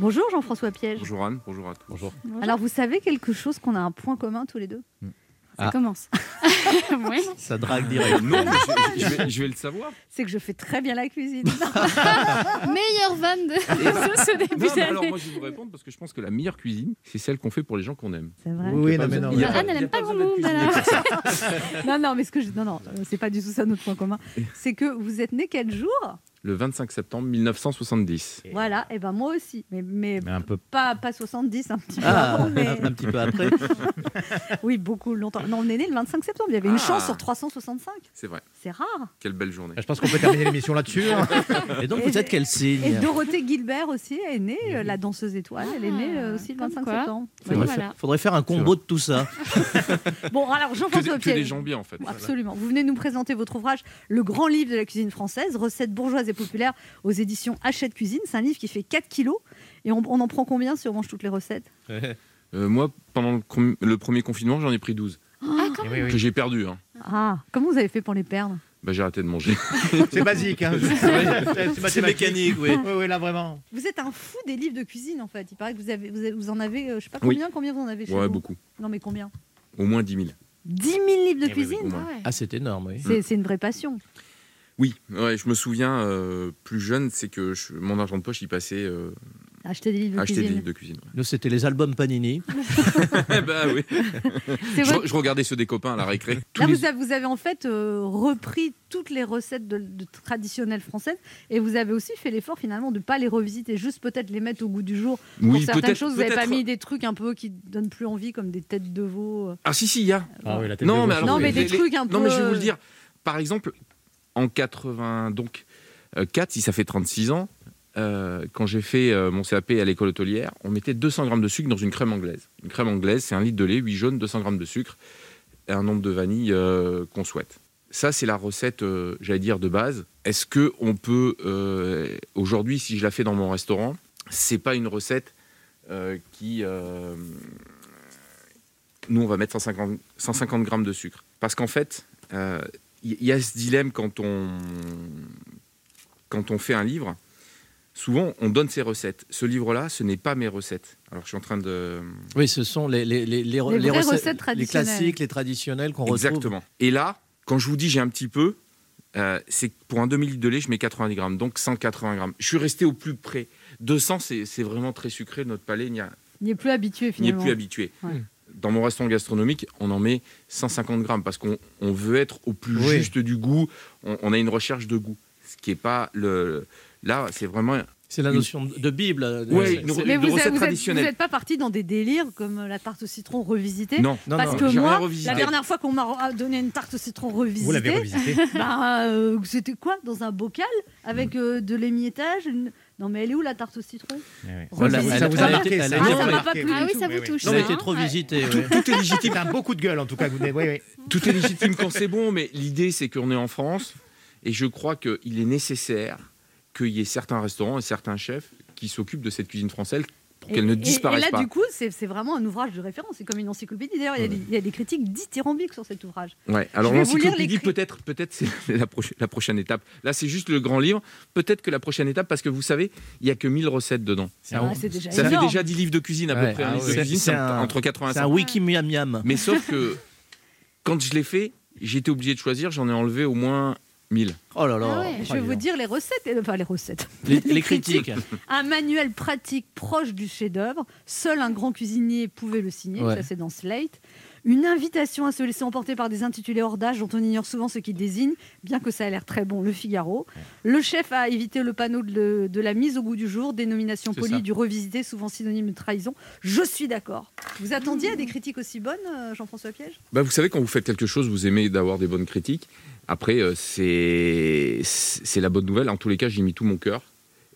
Speaker 1: Bonjour Jean-François Piège.
Speaker 16: Bonjour Anne, bonjour à tous. Bonjour.
Speaker 1: Alors vous savez quelque chose qu'on a un point commun tous les deux
Speaker 16: Ah.
Speaker 1: Ça commence.
Speaker 16: Ça drague direct. Non, mais je, je- je vais, je vais le
Speaker 3: *laughs*
Speaker 16: savoir.
Speaker 1: C'est que je fais très bien
Speaker 16: *laughs*
Speaker 1: la cuisine.
Speaker 3: Meilleure vanne de *laughs* de ce début
Speaker 16: Non, mais alors
Speaker 3: d'année.
Speaker 16: moi je vais vous répondre parce que je pense que la meilleure cuisine, c'est celle qu'on fait pour les gens qu'on aime.
Speaker 1: C'est vrai.
Speaker 4: Oui, non, mais non,
Speaker 16: non.
Speaker 4: mais
Speaker 3: Anne, elle aime pas grand monde.
Speaker 1: *laughs* non, non, mais ce que je... non, non, euh, c'est pas du tout ça notre point commun. C'est que vous êtes né quel jour
Speaker 16: Le 25 septembre 1970.
Speaker 1: Voilà, et ben moi aussi, mais, mais,
Speaker 16: Mais un peu-
Speaker 1: pas pas 70, un petit peu
Speaker 16: Ah, *laughs*
Speaker 1: avant, mais-
Speaker 16: un petit peu après.
Speaker 1: *laughs* oui, beaucoup longtemps. Non, on est né le 25 septembre. Il y avait une
Speaker 16: Ah.
Speaker 1: chance sur 365.
Speaker 16: C'est vrai.
Speaker 1: C'est rare.
Speaker 16: Quelle belle journée.
Speaker 4: Ah, Je pense qu'on peut terminer l'émission là-dessus. hein.
Speaker 2: *laughs* Et donc vous êtes quel
Speaker 1: Et
Speaker 2: signe
Speaker 1: Dorothée Gilbert aussi est née, euh, la danseuse étoile. Elle est
Speaker 3: Ah,
Speaker 1: née euh, aussi le 25 septembre.
Speaker 2: Faudrait,
Speaker 1: Oui,
Speaker 2: faire, faudrait faire un combo de tout ça.
Speaker 1: Bon, alors Jean-François
Speaker 2: Que des- que des
Speaker 1: Piège.
Speaker 2: gens bien, en fait.
Speaker 1: Absolument. Vous venez nous présenter votre ouvrage Le Grand Livre de la cuisine française, recettes bourgeoises et populaires aux éditions Hachette Cuisine. C'est un livre qui fait 4 kilos. Et on, on en prend combien si on mange toutes les recettes
Speaker 16: Euh, moi, pendant le, com- le premier confinement, j'en ai pris 12.
Speaker 1: Ah,
Speaker 16: que j'ai perdu. hein.
Speaker 1: Ah, comment vous avez fait pour les perdre
Speaker 16: Bah, j'ai arrêté de manger.
Speaker 4: C'est basique. hein.
Speaker 16: *laughs* C'est
Speaker 4: mathématique.
Speaker 16: mécanique, oui.
Speaker 4: Oui, oui, là vraiment.
Speaker 1: Vous êtes un fou des livres de cuisine en fait. Il paraît que vous, avez, vous, avez- vous en avez, euh, je sais pas
Speaker 16: Oui.
Speaker 1: combien, combien vous en avez chez
Speaker 16: Ouais,
Speaker 1: vous
Speaker 16: beaucoup.
Speaker 1: Non, mais combien
Speaker 16: Au moins 10 000.
Speaker 1: 10 000 livres de
Speaker 16: Eh oui, oui,
Speaker 1: cuisine
Speaker 16: au moins.
Speaker 2: Ah, c'est énorme, oui.
Speaker 1: C'est- C'est une vraie passion.
Speaker 16: Oui, ouais, je me souviens euh, plus jeune, c'est que je- mon argent de poche, il passait euh,
Speaker 1: Acheter des livres de
Speaker 16: acheter des
Speaker 1: cuisine.
Speaker 16: livres de cuisine.
Speaker 2: Nous, c'était les albums Panini.
Speaker 16: *laughs* Eh bah oui.
Speaker 1: C'est
Speaker 16: Je,
Speaker 1: votre-
Speaker 16: je regardais ceux des copains à la récré. Tous
Speaker 1: Là,
Speaker 16: les-
Speaker 1: vous avez, vous avez en fait euh, repris toutes les recettes de, de traditionnelles françaises et vous avez aussi fait l'effort finalement de ne pas les revisiter, juste peut-être les mettre au goût du jour. pour
Speaker 16: Oui,
Speaker 1: certaines
Speaker 16: peut-être-
Speaker 1: choses, vous n'avez pas
Speaker 16: peut-être-
Speaker 1: mis des trucs un peu qui donnent plus envie, comme des têtes de veau. euh.
Speaker 16: Ah si, si, il y a.
Speaker 4: Ah oui, la tête de
Speaker 16: non,
Speaker 4: veau,
Speaker 16: mais
Speaker 4: c'est
Speaker 16: alors,
Speaker 1: Non, mais
Speaker 16: les-
Speaker 1: des
Speaker 16: les-
Speaker 1: trucs un
Speaker 16: Non, mais je vais vous
Speaker 1: peu-
Speaker 16: le dire. Par exemple, en 80, donc, 4, si ça fait 36 ans, euh, quand j'ai fait euh, mon CAP à l'école hôtelière, on mettait 200 grammes de sucre dans une crème anglaise. Une crème anglaise, c'est un litre de lait, 8 jaunes, 200 grammes de sucre et un nombre de vanilles euh, qu'on souhaite. Ça, c'est la recette, euh, j'allais dire, de base. Est-ce que on peut, euh, aujourd'hui, si je la fais dans mon restaurant, c'est pas une recette euh, qui, euh, nous, on va mettre 150, 150 grammes de sucre. Parce qu'en fait, euh, il y, y a ce dilemme quand on, quand on fait un livre. Souvent, on donne ses recettes. Ce livre-là, ce n'est pas mes recettes. Alors, je suis en train de.
Speaker 2: Oui, ce sont les, les, les, les,
Speaker 1: vraies
Speaker 2: recettes-
Speaker 1: recettes traditionnelles.
Speaker 2: les classiques, les traditionnels qu'on retrouve.
Speaker 16: Exactement. Et là, quand je vous dis j'ai un petit peu, euh, c'est que pour un demi-litre de lait, je mets 90 grammes, donc 180 grammes. Je suis resté au plus près. 200, c'est c'est vraiment très sucré. Notre palais n'y a-
Speaker 1: Il n'est plus habitué
Speaker 16: n'y est
Speaker 1: finalement.
Speaker 16: plus habitué. Hmm.
Speaker 1: Ouais.
Speaker 16: Dans mon restaurant gastronomique, on en met 150 grammes parce qu'on on veut être au plus
Speaker 2: Oui.
Speaker 16: juste du goût. On, on a une recherche de goût, ce qui est pas le. Là, c'est vraiment.
Speaker 2: C'est la
Speaker 16: une-
Speaker 2: notion de- de Bible. euh, de-
Speaker 16: Ouais, une-
Speaker 1: Mais
Speaker 16: de
Speaker 1: vous
Speaker 16: recettes
Speaker 1: n'êtes
Speaker 16: traditionnelles.
Speaker 1: pas parti dans des délires comme la tarte au citron revisitée
Speaker 16: Non, non,
Speaker 1: Parce
Speaker 16: non,
Speaker 1: que
Speaker 16: j'ai rien
Speaker 1: moi,
Speaker 16: revisité.
Speaker 1: la dernière fois qu'on m'a donné une tarte au citron revisitée,
Speaker 16: Vous l'avez revisitée.
Speaker 1: *laughs* bah, euh, C'était quoi Dans un bocal Avec
Speaker 16: Mm.
Speaker 1: euh, de l'émiettage une- Non, mais elle est où la tarte au citron
Speaker 16: Eh
Speaker 2: Voilà,
Speaker 4: Ça
Speaker 2: elle a-
Speaker 4: vous
Speaker 2: elle
Speaker 4: a
Speaker 2: a
Speaker 4: marqué,
Speaker 2: été-
Speaker 4: ça.
Speaker 2: elle
Speaker 1: Ah,
Speaker 2: a
Speaker 1: ça
Speaker 2: été
Speaker 1: m'a pas
Speaker 2: remarquée.
Speaker 1: plu.
Speaker 3: Ah oui, ça vous touche. ça, hein. Ouais.
Speaker 16: Tout, tout
Speaker 2: *laughs*
Speaker 16: est légitime.
Speaker 4: C'est un beaucoup de gueule en tout cas. que Vous... avez- Oui, *laughs* oui.
Speaker 16: Tout est légitime quand c'est bon, mais l'idée, c'est qu'on est en France. Et je crois qu'il est nécessaire qu'il y ait certains restaurants et certains chefs qui s'occupent de cette cuisine française pour qu'elle ne disparaisse
Speaker 1: et là,
Speaker 16: pas.
Speaker 1: du coup, c'est c'est vraiment un ouvrage de référence. C'est comme une encyclopédie. D'ailleurs, il y a des- il y, a des critiques dithyrambiques sur cet ouvrage.
Speaker 16: Ouais,
Speaker 1: Je
Speaker 16: alors
Speaker 1: vais vous lire les
Speaker 16: l'encyclopédie, peut-être, peut-être c'est *laughs* la, proche- la prochaine étape. Là, c'est juste le grand livre. Peut-être que la prochaine étape, parce que vous savez, il n'y a que 1000 recettes dedans.
Speaker 2: Ah,
Speaker 16: un-
Speaker 2: c'est déjà
Speaker 16: ça fait
Speaker 2: énorme.
Speaker 16: déjà 10 livres de cuisine à
Speaker 2: Ouais,
Speaker 16: peu près.
Speaker 2: ah
Speaker 16: un livre
Speaker 2: ouais.
Speaker 16: de cuisine,
Speaker 2: C'est
Speaker 16: c'est
Speaker 2: un-
Speaker 16: entre 85.
Speaker 2: c'est un wiki miam miam.
Speaker 16: Mais
Speaker 2: *laughs*
Speaker 16: sauf que quand je l'ai fait, j'ai été obligé de choisir, j'en ai enlevé au moins 1000.
Speaker 2: Oh là
Speaker 1: Ah ouais, je vais vous dire les recettes, et- enfin les recettes. *laughs*
Speaker 2: Les, les critiques.
Speaker 1: Un manuel pratique proche du chef-d'œuvre. Seul un grand cuisinier pouvait le signer.
Speaker 2: Ouais.
Speaker 1: Ça, c'est dans Slate. Une invitation à se laisser emporter par des intitulés hors d'âge dont on ignore souvent ce qu'ils désignent, bien que ça a l'air très bon, le Figaro. Le chef a évité le panneau de, de la mise au goût du jour, dénomination
Speaker 16: C'est
Speaker 1: polie
Speaker 16: ça.
Speaker 1: du revisité, souvent synonyme de trahison. Je suis d'accord. Vous attendiez à des critiques aussi bonnes, euh, Jean-François Piège
Speaker 16: Bah, vous savez, quand vous faites quelque chose, vous aimez d'avoir des bonnes critiques. Après, euh, c'est c'est la bonne nouvelle. En tous les cas, j'ai mis tout mon cœur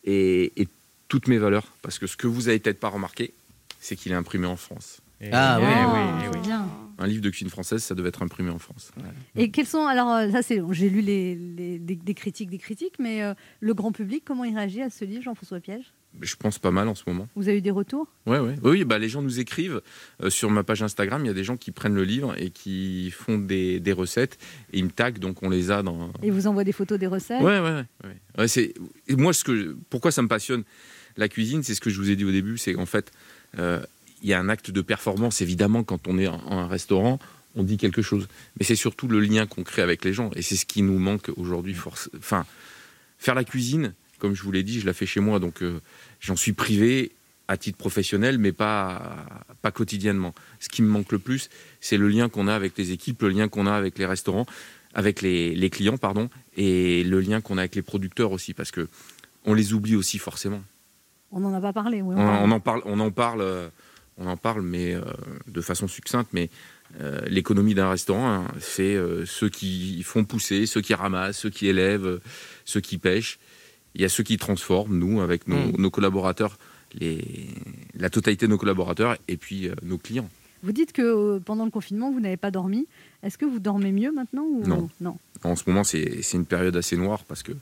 Speaker 16: et, et toutes mes valeurs. Parce que ce que vous avez peut-être pas remarqué, c'est qu'il est imprimé en France.
Speaker 2: Ah oui.
Speaker 1: Ah, c'est bien.
Speaker 16: Un livre de cuisine française, ça devait être imprimé en France.
Speaker 1: Et quels sont alors euh, ça c'est j'ai lu les, les- des, des critiques des critiques mais euh, le grand public comment il réagit à ce livre Jean-François Piège
Speaker 16: Je pense pas mal en ce moment.
Speaker 1: Vous avez eu des retours
Speaker 16: Ouais, ouais. Oui, bah, les gens nous écrivent. Euh, sur ma page Instagram, il y a des gens qui prennent le livre et qui font des, des recettes. Et ils me taguent, donc on les a dans,
Speaker 1: et vous envoie des photos des recettes
Speaker 16: Ouais, ouais, ouais, ouais. Ouais, c'est et moi ce que pourquoi ça me passionne la cuisine, c'est ce que je vous ai dit au début, c'est qu'en fait euh, il y a un acte de performance évidemment quand on est en, en un restaurant, on dit quelque chose, mais c'est surtout le lien qu'on crée avec les gens et c'est ce qui nous manque aujourd'hui. force- Enfin, faire la cuisine, comme je vous l'ai dit, je la fais chez moi, donc euh, j'en suis privé à titre professionnel, mais pas, pas quotidiennement. Ce qui me manque le plus, c'est le lien qu'on a avec les équipes, le lien qu'on a avec les restaurants, avec les, les clients, pardon, et le lien qu'on a avec les producteurs aussi, parce que on les oublie aussi forcément.
Speaker 1: On n'en a pas parlé. ouais,
Speaker 16: On,
Speaker 1: on parle.
Speaker 16: on en parle, on en parle, euh, on en parle, mais euh, de façon succincte. Mais euh, l'économie d'un restaurant, hein, c'est euh, ceux qui font pousser, ceux qui ramassent, ceux qui élèvent, euh, ceux qui pêchent. Il y a ceux qui transforment, nous, avec nos,
Speaker 2: Mm.
Speaker 16: nos collaborateurs, les, la totalité de nos collaborateurs et puis euh, nos clients.
Speaker 1: Vous dites que euh, pendant le confinement vous n'avez pas dormi. Est-ce que vous dormez mieux maintenant ou
Speaker 16: Non. En ce moment, c'est c'est une période assez noire parce que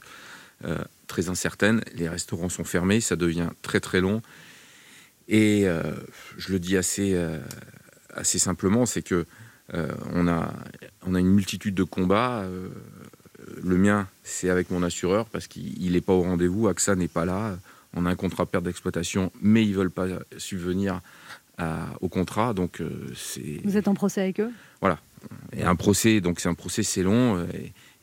Speaker 16: euh, très incertaine. Les restaurants sont fermés, ça devient très très long. Et euh, je le dis assez, euh, assez simplement, c'est que euh, on, a, on a une multitude de combats. euh, le mien, c'est avec mon assureur parce qu'il n'est pas au rendez-vous. AXA n'est pas là. On a un contrat perte d'exploitation, mais ils veulent pas subvenir à- au contrat. Donc euh, c'est
Speaker 1: Vous êtes en procès avec eux
Speaker 16: voilà. Et un procès, donc c'est un procès, c'est long. euh,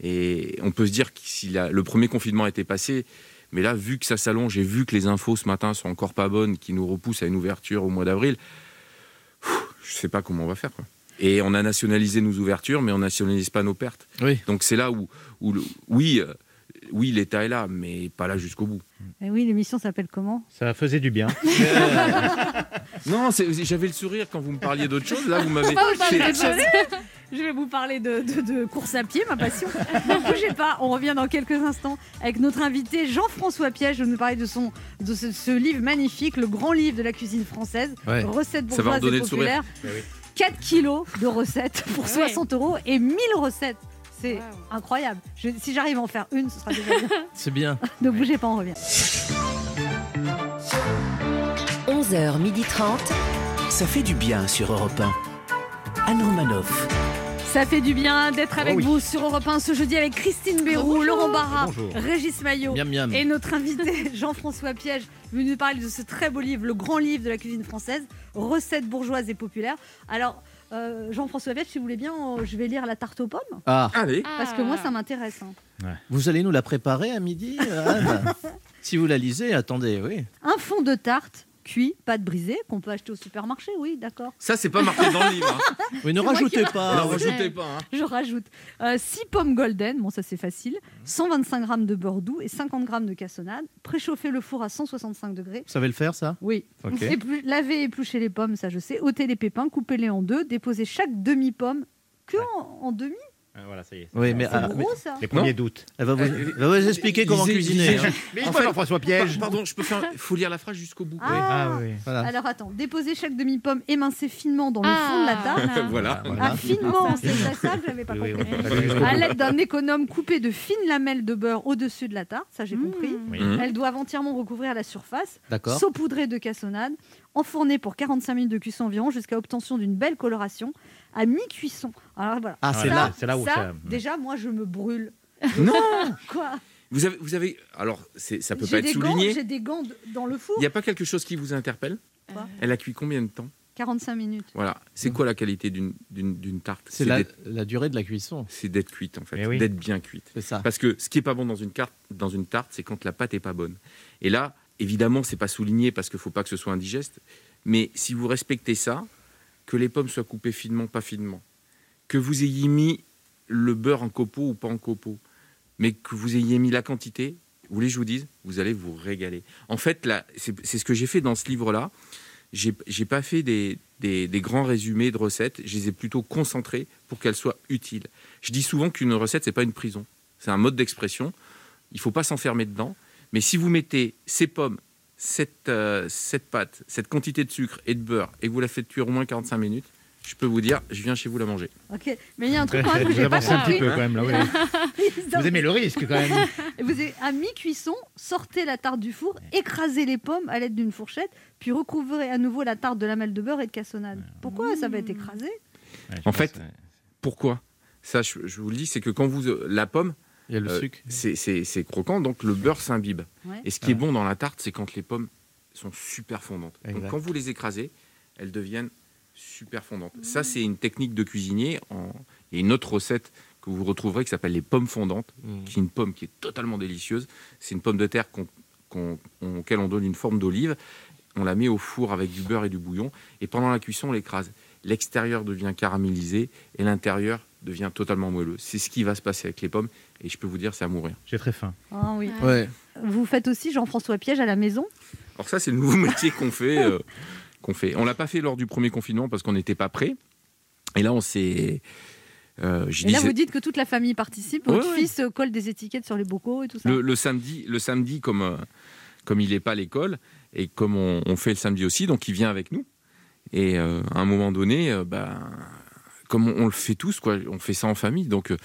Speaker 16: Et, et on peut se dire que si la- le premier confinement était passé, mais là, vu que ça s'allonge et vu que les infos ce matin sont encore pas bonnes, qui nous repoussent à une ouverture au mois d'avril, pff, je sais pas comment on va faire. quoi. Et on a nationalisé nos ouvertures, mais on nationalise pas nos pertes.
Speaker 2: Oui.
Speaker 16: Donc c'est là où, où le- oui, euh, oui, l'État est là, mais pas là jusqu'au bout.
Speaker 1: Eh oui l'émission s'appelle comment
Speaker 4: Ça faisait
Speaker 1: *laughs*
Speaker 4: du bien.
Speaker 16: non, c'est- j'avais le sourire quand vous me parliez d'autre chose. Là, vous *laughs* m'avez.
Speaker 1: Pourquoi Ah, vous parlez
Speaker 16: c'est-
Speaker 1: d'autre chose Je vais vous parler de, de- de course à pied, ma passion. ne bougez pas, on revient dans quelques instants avec notre invité Jean-François Piège. Je vais nous parler de, son, de ce, ce livre magnifique, le grand livre de la cuisine française,
Speaker 16: Ouais.
Speaker 1: recettes
Speaker 16: Ça va
Speaker 1: bourgeoises
Speaker 16: redonner
Speaker 1: et
Speaker 16: le sourire.
Speaker 1: populaires. 4 kilos de recettes pour 60 euros et 1000 recettes. C'est incroyable. Je- si j'arrive à en faire une, ce sera déjà bien.
Speaker 2: C'est bien.
Speaker 1: ne bougez pas, on revient.
Speaker 5: 11h30.
Speaker 15: Ça fait du bien sur Europe 1. Anne Romanoff.
Speaker 1: Ça fait du bien d'être avec
Speaker 15: Oh oui.
Speaker 1: vous sur Europe 1 ce jeudi avec Christine Béroux, Laurent Barra,
Speaker 2: Bonjour.
Speaker 1: Régis Maillot
Speaker 2: Miam, miam.
Speaker 1: et notre invité *laughs* Jean-François Piège venu nous parler de ce très beau livre, le grand livre de la cuisine française, recettes bourgeoises et populaires. Alors, euh, Jean-François Piège, si vous voulez bien, euh, je vais lire la tarte aux pommes.
Speaker 2: Ah. Allez.
Speaker 1: Parce que moi, ça m'intéresse. hein.
Speaker 2: Vous allez nous la préparer à midi,
Speaker 4: *laughs*
Speaker 2: euh, Anne Si vous la lisez, attendez, oui.
Speaker 1: Un fond de tarte cuit, pâte brisée, qu'on peut acheter au supermarché, oui, d'accord.
Speaker 16: Ça, c'est pas marqué dans le livre.
Speaker 2: *laughs*
Speaker 16: hein.
Speaker 2: Mais ne
Speaker 1: C'est moi
Speaker 2: rajoutez
Speaker 1: qui
Speaker 2: pas.
Speaker 16: Ne rajoutez pas. hein.
Speaker 1: Je rajoute 6 pommes golden, bon ça c'est facile, 125 g de beurre doux et 50 g de cassonade. Préchauffez le four à 165 degrés.
Speaker 2: Vous savez le faire, ça
Speaker 1: Oui.
Speaker 2: Ok.
Speaker 1: Éplu- laver et éplucher les pommes, ça je sais. ôter les pépins, coupez-les en deux, déposez chaque demi-pomme que en, en demi
Speaker 4: Ah, Voilà, ça y est.
Speaker 2: Oui, mais, ah, mais-
Speaker 4: Les premiers
Speaker 2: Non.
Speaker 4: doutes. Euh,
Speaker 2: Elle va vous,
Speaker 16: hein.
Speaker 2: elle va vous expliquer comment cuisiner. hein.
Speaker 4: Mais dis-moi, Jean-François Piège.
Speaker 16: Pardon, je peux faire. Il faut lire la phrase jusqu'au bout.
Speaker 1: Ah.
Speaker 4: oui.
Speaker 1: Alors attends, déposer chaque demi-pomme émincée finement dans le
Speaker 16: Ah.
Speaker 1: fond de
Speaker 16: *laughs*
Speaker 1: la
Speaker 2: *laughs*
Speaker 1: table.
Speaker 16: Voilà.
Speaker 1: Ah, finement, c'est ça, ça, je l'avais pas
Speaker 16: Oui, oui,
Speaker 1: compris.
Speaker 16: on peut pas aller jusqu'au
Speaker 1: Eh. À
Speaker 16: bout.
Speaker 1: l'aide d'un économe coupé de fines lamelles de beurre au-dessus de la tarte, ça
Speaker 16: Mmh.
Speaker 1: j'ai compris.
Speaker 16: Oui.
Speaker 1: Elles doivent entièrement recouvrir la surface,
Speaker 2: D'accord.
Speaker 1: saupoudrées de cassonade, enfournées pour 45 minutes de cuisson environ jusqu'à obtention d'une belle coloration à mi-cuisson. Alors voilà.
Speaker 16: Ah, c'est
Speaker 1: Ça,
Speaker 16: là- c'est là où
Speaker 1: ça,
Speaker 16: ça-
Speaker 1: Déjà, moi je me brûle.
Speaker 16: *laughs* Non
Speaker 1: *laughs* Quoi
Speaker 16: Vous avez, vous avez. Alors, c'est- ça peut pas
Speaker 1: J'ai
Speaker 16: être
Speaker 1: des, gants,
Speaker 16: souligné.
Speaker 1: j'ai des gants de- dans le four.
Speaker 16: Il n'y a pas quelque chose qui vous interpelle
Speaker 1: Quoi
Speaker 16: Elle a cuit combien de temps
Speaker 1: 45 minutes.
Speaker 16: Voilà. C'est quoi la qualité d'une- d'une d'une tarte
Speaker 2: Mm. C'est la-
Speaker 16: durée de la cuisson. C'est d'être cuite, en fait. D'être bien cuite.
Speaker 2: C'est ça.
Speaker 16: Parce que ce qui est pas bon dans une, carte, dans une tarte, c'est quand la pâte est pas bonne. Et là, évidemment, c'est pas souligné parce qu'il faut pas que ce soit indigeste. Mais si vous respectez ça, que les pommes soient coupées finement, pas finement, que vous ayez mis le beurre en copeaux ou pas en copeaux, mais que vous ayez mis la quantité, vous voulez que je vous dise, vous allez vous régaler. En fait, là, c'est c'est ce que j'ai fait dans ce livre-là. J'ai j'ai pas fait des, des- des grands résumés de recettes, je les ai plutôt concentrés pour qu'elles soient utiles. Je dis souvent qu'une recette, c'est pas une prison, c'est un mode d'expression. Il faut pas s'enfermer dedans. Mais si vous mettez ces pommes, cette, euh, cette pâte, cette quantité de sucre et de beurre, et que vous la faites cuire au moins 45 minutes, je peux vous dire, je viens chez vous la manger.
Speaker 1: Ok, mais
Speaker 16: *laughs*
Speaker 1: il y a un truc quand même que
Speaker 16: Vous
Speaker 1: j'ai pas
Speaker 16: avancez un
Speaker 1: compris.
Speaker 16: petit peu, quand même, là,
Speaker 1: *laughs*
Speaker 16: oui. Vous aimez le risque, quand même.
Speaker 1: Vous avez- à mi-cuisson, sortez la tarte du four, écrasez les pommes à l'aide d'une fourchette, puis recouvrez à nouveau la tarte de lamelles de beurre et de cassonade. Pourquoi ça va être écrasé
Speaker 16: en fait, pourquoi Ça, je, je vous le dis, c'est que quand vous euh, la pomme, euh, c'est- c'est c'est croquant, donc le beurre s'imbibe.
Speaker 10: Ouais.
Speaker 16: Et ce qui
Speaker 10: Ouais.
Speaker 16: est bon dans la tarte, c'est quand les pommes sont super fondantes.
Speaker 10: Exact.
Speaker 16: Donc quand vous les écrasez, elles deviennent super fondantes. Ça, c'est une technique de cuisinier. En... Il y a une autre recette que vous retrouverez qui s'appelle les pommes fondantes,
Speaker 4: Mmh.
Speaker 2: Mhm.
Speaker 16: qui est une pomme qui est totalement délicieuse. C'est une pomme de terre qu'on- qu'on- on- auquel on donne une forme d'olive. On la met au four avec du beurre et du bouillon. Et pendant la cuisson, on l'écrase. L'extérieur devient caramélisé et l'intérieur devient totalement moelleux. C'est ce qui va se passer avec les pommes. Et je peux vous dire, c'est à mourir.
Speaker 4: J'ai très faim.
Speaker 1: Ah oui.
Speaker 16: Ouais.
Speaker 1: Vous faites aussi Jean-François Piège à la maison
Speaker 16: Alors ça, c'est le nouveau *laughs* métier qu'on fait. euh, qu'on fait. On l'a pas fait lors du premier confinement parce qu'on n'était pas prêt. Et là, on s'est... euh, j'ai
Speaker 1: Et
Speaker 16: dit,
Speaker 1: là, vous
Speaker 16: c'est-
Speaker 1: dites que toute la famille participe. Votre
Speaker 16: Ouais, ouais.
Speaker 1: fils euh, colle des étiquettes sur les bocaux et tout ça.
Speaker 16: le, le samedi, le samedi comme, euh, comme il n'est pas à l'école, et comme on, on fait le samedi aussi, donc il vient avec nous. Et euh, à un moment donné, euh, bah, comme on, on le fait tous, quoi, on fait ça en famille. Donc, euh,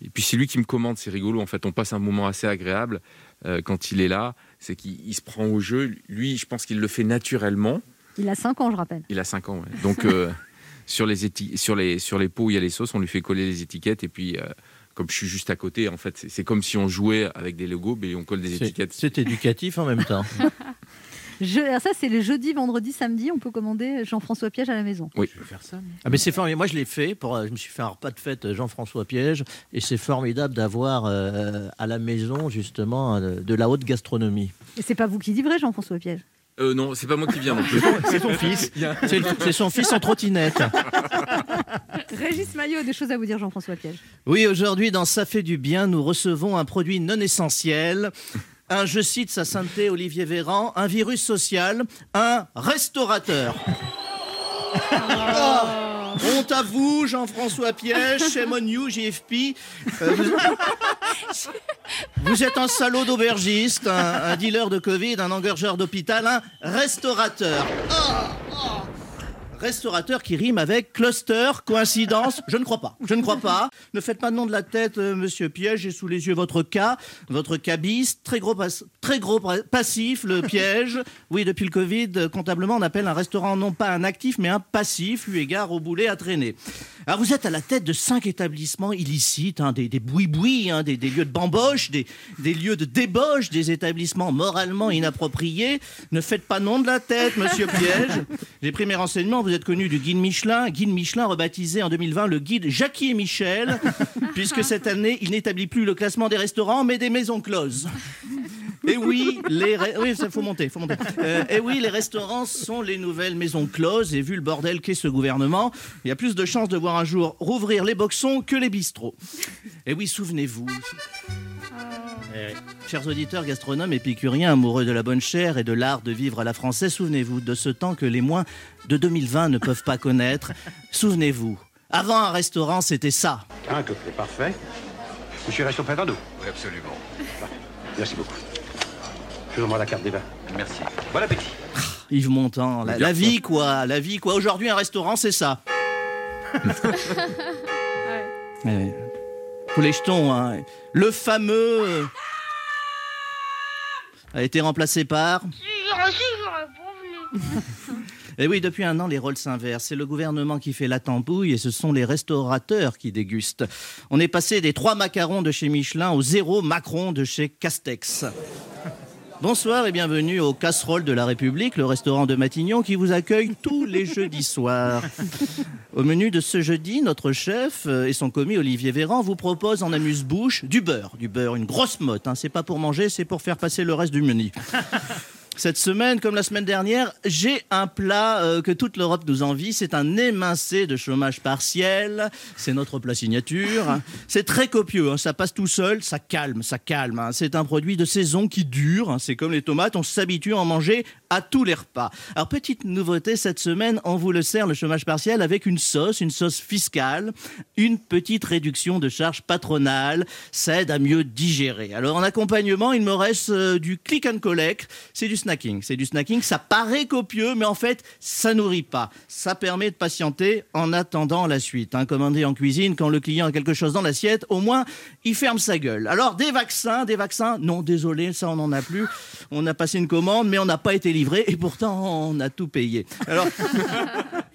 Speaker 16: et puis c'est lui qui me commande, c'est rigolo. En fait, on passe un moment assez agréable euh, quand il est là. C'est qu'il il se prend au jeu. Lui, je pense qu'il le fait naturellement.
Speaker 1: Il a 5 ans, je rappelle.
Speaker 16: Il a 5 ans, ouais. Donc,
Speaker 2: *laughs*
Speaker 16: euh, sur, les éti- sur, les, sur les pots où il y a les sauces, on lui fait coller les étiquettes. Et puis, euh, comme je suis juste à côté, en fait, c'est- c'est comme si on jouait avec des logos, mais on colle des
Speaker 2: C'est-
Speaker 16: étiquettes.
Speaker 2: C'est éducatif en même temps.
Speaker 1: Je- alors ça, c'est les jeudis, vendredis, samedi. On peut commander euh, Jean-François Piège à la maison.
Speaker 16: Oui.
Speaker 2: Je vais faire ça. Ah, mais c'est formidable. Moi, je l'ai fait. Pour, euh, je me suis fait un repas de fête euh, Jean-François Piège. Et c'est formidable d'avoir euh, à la maison, justement, euh, de la haute gastronomie.
Speaker 1: Et c'est pas vous qui livrez Jean-François Piège.
Speaker 16: *laughs* Euh, non, c'est pas moi qui viens non plus.
Speaker 2: C'est son fils.
Speaker 16: Il y a-
Speaker 2: C'est c'est son fils en trottinette.
Speaker 1: *laughs* Régis Maillot a des choses à vous dire, Jean-François Piège.
Speaker 2: Oui, aujourd'hui, dans Ça fait du bien, nous recevons un produit non essentiel. Un, je cite sa sainteté Olivier Véran, un virus social, un restaurateur. Ah, honte à vous, Jean-François Piège, shame on you, JFP. Euh, vous, vous êtes un salaud d'aubergiste, un, un dealer de Covid, un engorgeur d'hôpital, un restaurateur. Ah, ah. Restaurateur qui rime avec cluster, coïncidence, je ne crois pas, je ne crois pas. Ne faites pas de nom de la tête, euh, monsieur Piège, j'ai sous les yeux votre cas, votre cabis, très gros, pas- très gros pra- passif, le piège. Oui, depuis le Covid, euh, comptablement, on appelle un restaurant non pas un actif, mais un passif, eu égard au boulet à traîner. Alors vous êtes à la tête de cinq établissements illicites, hein, des, des bouis-bouis, hein, des, des lieux de bamboche, des, des lieux de débauche, des établissements moralement inappropriés. Ne faites pas nom de la tête, monsieur Piège. J'ai pris mes renseignements, vous êtes connu du guide Michelin, guide Michelin rebaptisé en 2020 le guide Jackie et Michel, puisque cette année, il n'établit plus le classement des restaurants, mais des maisons closes. Et eh oui, les re- oui, ça faut monter, faut monter. *laughs* et Euh, eh oui, les restaurants sont les nouvelles maisons closes. Et vu le bordel qu'est ce gouvernement, il y a plus de chances de voir un jour rouvrir les boxons que les bistrots. Et oui, souvenez-vous. Eh oui. Chers auditeurs, gastronomes, épicuriens, amoureux de la bonne chair et de l'art de vivre à la française, souvenez-vous de ce temps que les moins de 2020 ne peuvent pas connaître. Souvenez-vous Avant un restaurant, c'était ça.
Speaker 11: Un cocktail parfait. Monsieur reste au printemps d'eau Oui, absolument. Merci beaucoup. Je vous envoie la carte des vins. Merci. Bon appétit.
Speaker 2: Yves Montand, la, la vie quoi, la vie quoi. Aujourd'hui, un restaurant, c'est ça. *laughs* Ouais. Pour Eh les jetons, hein. le fameux euh, a été remplacé par. Et Eh oui, depuis un an, les rôles s'inversent. C'est le gouvernement qui fait la tambouille et ce sont les restaurateurs qui dégustent. On est passé des trois macarons de chez Michelin au zéro Macron de chez Castex. Bonsoir et bienvenue au Casserole de la République, le restaurant de Matignon qui vous accueille tous les jeudis soirs. Au menu de ce jeudi, notre chef et son commis Olivier Véran vous proposent en amuse-bouche du beurre. Du beurre, une grosse motte. hein. C'est pas pour manger, c'est pour faire passer le reste du menu. Cette semaine, comme la semaine dernière, j'ai un plat euh, que toute l'Europe nous envie. C'est un émincé de chômage partiel. C'est notre plat signature. C'est très copieux. hein. Ça passe tout seul. Ça calme, ça calme. hein. C'est un produit de saison qui dure. hein. C'est comme les tomates. On s'habitue à en manger à tous les repas. Alors, petite nouveauté cette semaine, on vous le sert le chômage partiel avec une sauce, une sauce fiscale, une petite réduction de charges patronales. Ça aide à mieux digérer. Alors, en accompagnement, il me reste euh, du click and collect. C'est du snacking. C'est du snacking. Ça paraît copieux, mais en fait, ça nourrit pas. Ça permet de patienter en attendant la suite. hein. Commander en cuisine, quand le client a quelque chose dans l'assiette, au moins, il ferme sa gueule. Alors, des vaccins, des vaccins, non, désolé, ça, on n'en a plus. On a passé une commande, mais on n'a pas été livré, et pourtant, on a tout payé. Alors,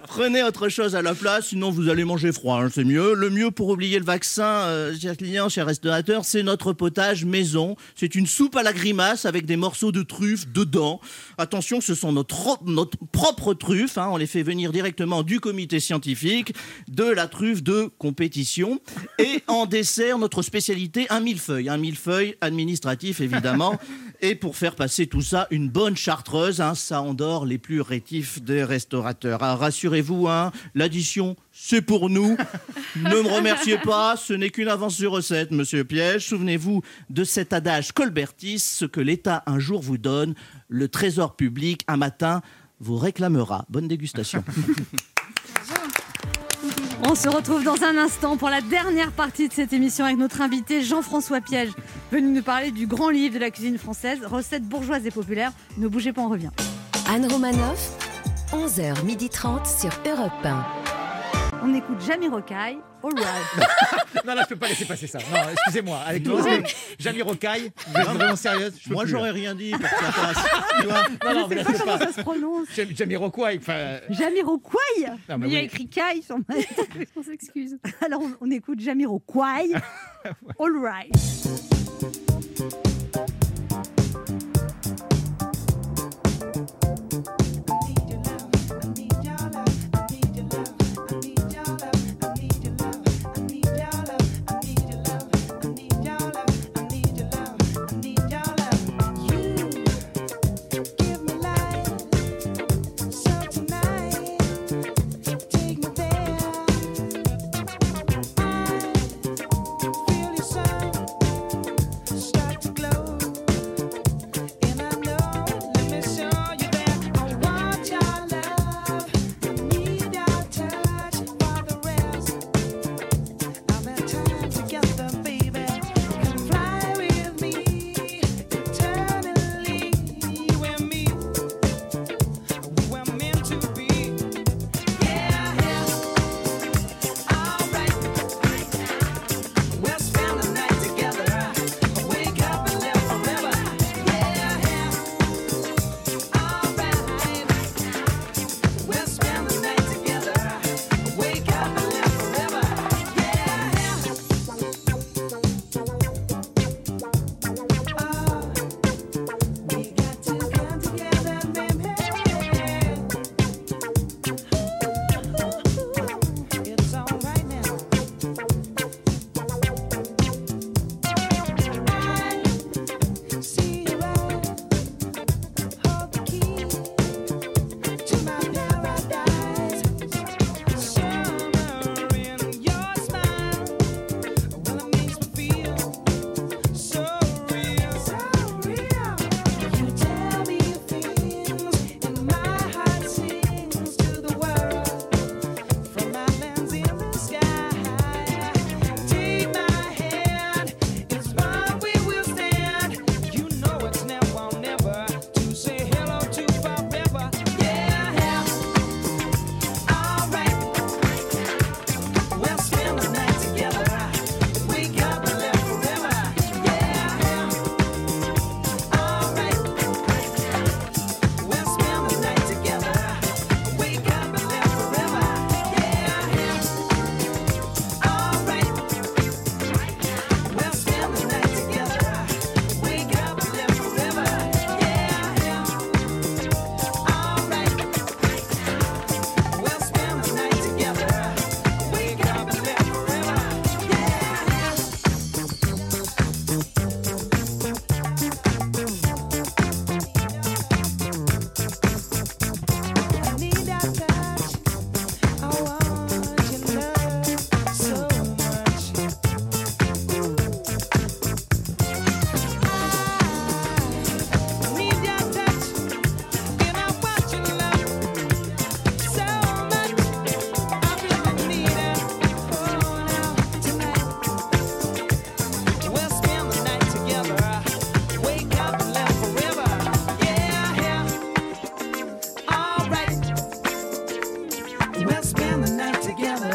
Speaker 2: prenez autre chose à la place, sinon vous allez manger froid, hein, c'est mieux. Le mieux pour oublier le vaccin, euh, chers clients, chers restaurateurs, c'est notre potage maison. C'est une soupe à la grimace avec des morceaux de truffes dedans. Attention, ce sont nos tro- notre, propre truffe. hein, on les fait venir directement du comité scientifique, de la truffe de compétition. Et en dessert, notre spécialité, un millefeuille. Un millefeuille administratif, évidemment. Et pour faire passer tout ça, une bonne chartreuse, hein, ça endort les plus rétifs des restaurateurs. Ah, Rassurez-vous, hein, l'addition, c'est pour nous. ne me remerciez pas, ce n'est qu'une avance sur recette, monsieur Piège. Souvenez-vous de cet adage colbertiste, ce que l'État un jour vous donne, le trésor public un matin vous réclamera. Bonne dégustation.
Speaker 1: On se retrouve dans un instant pour la dernière partie de cette émission avec notre invité Jean-François Piège, venu nous parler du grand livre de la cuisine française, recettes bourgeoises et populaires. Ne bougez pas, on revient.
Speaker 5: Anne Romanoff, 11h30 sur Europe 1.
Speaker 1: On écoute Jamie Rocaille, All
Speaker 4: *laughs*
Speaker 1: Right.
Speaker 4: Non, là, je peux pas laisser passer ça. Non, excusez-moi. *laughs* Avec tout
Speaker 1: Non.
Speaker 4: le respect, Jamie Rocaille, vous êtes vraiment sérieuse je peux
Speaker 2: Moi,
Speaker 4: plus,
Speaker 2: j'aurais
Speaker 4: là.
Speaker 2: rien dit pour que ça
Speaker 4: *laughs*
Speaker 2: passe. Tu vois
Speaker 4: Non, non, mais là, je sais pas.
Speaker 1: Ça se prononce.
Speaker 4: Jamie- Jamie Rocaille, enfin.
Speaker 1: Jamie Rocaille
Speaker 4: Ah, bah
Speaker 1: Il y a
Speaker 4: oui.
Speaker 1: écrit Caille sur ma On s'excuse. Alors, on, on écoute Jamie
Speaker 4: *laughs*
Speaker 1: Rocaille, All Right.
Speaker 13: Thank Let's spend the night together.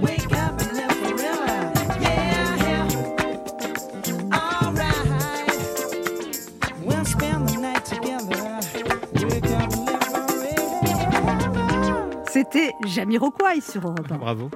Speaker 13: Wake up and live forever. Yeah, yeah. All right. We'll spend the night together. Wake up and live
Speaker 1: C'était Jamiroquai sur Europe 1.
Speaker 4: Bravo.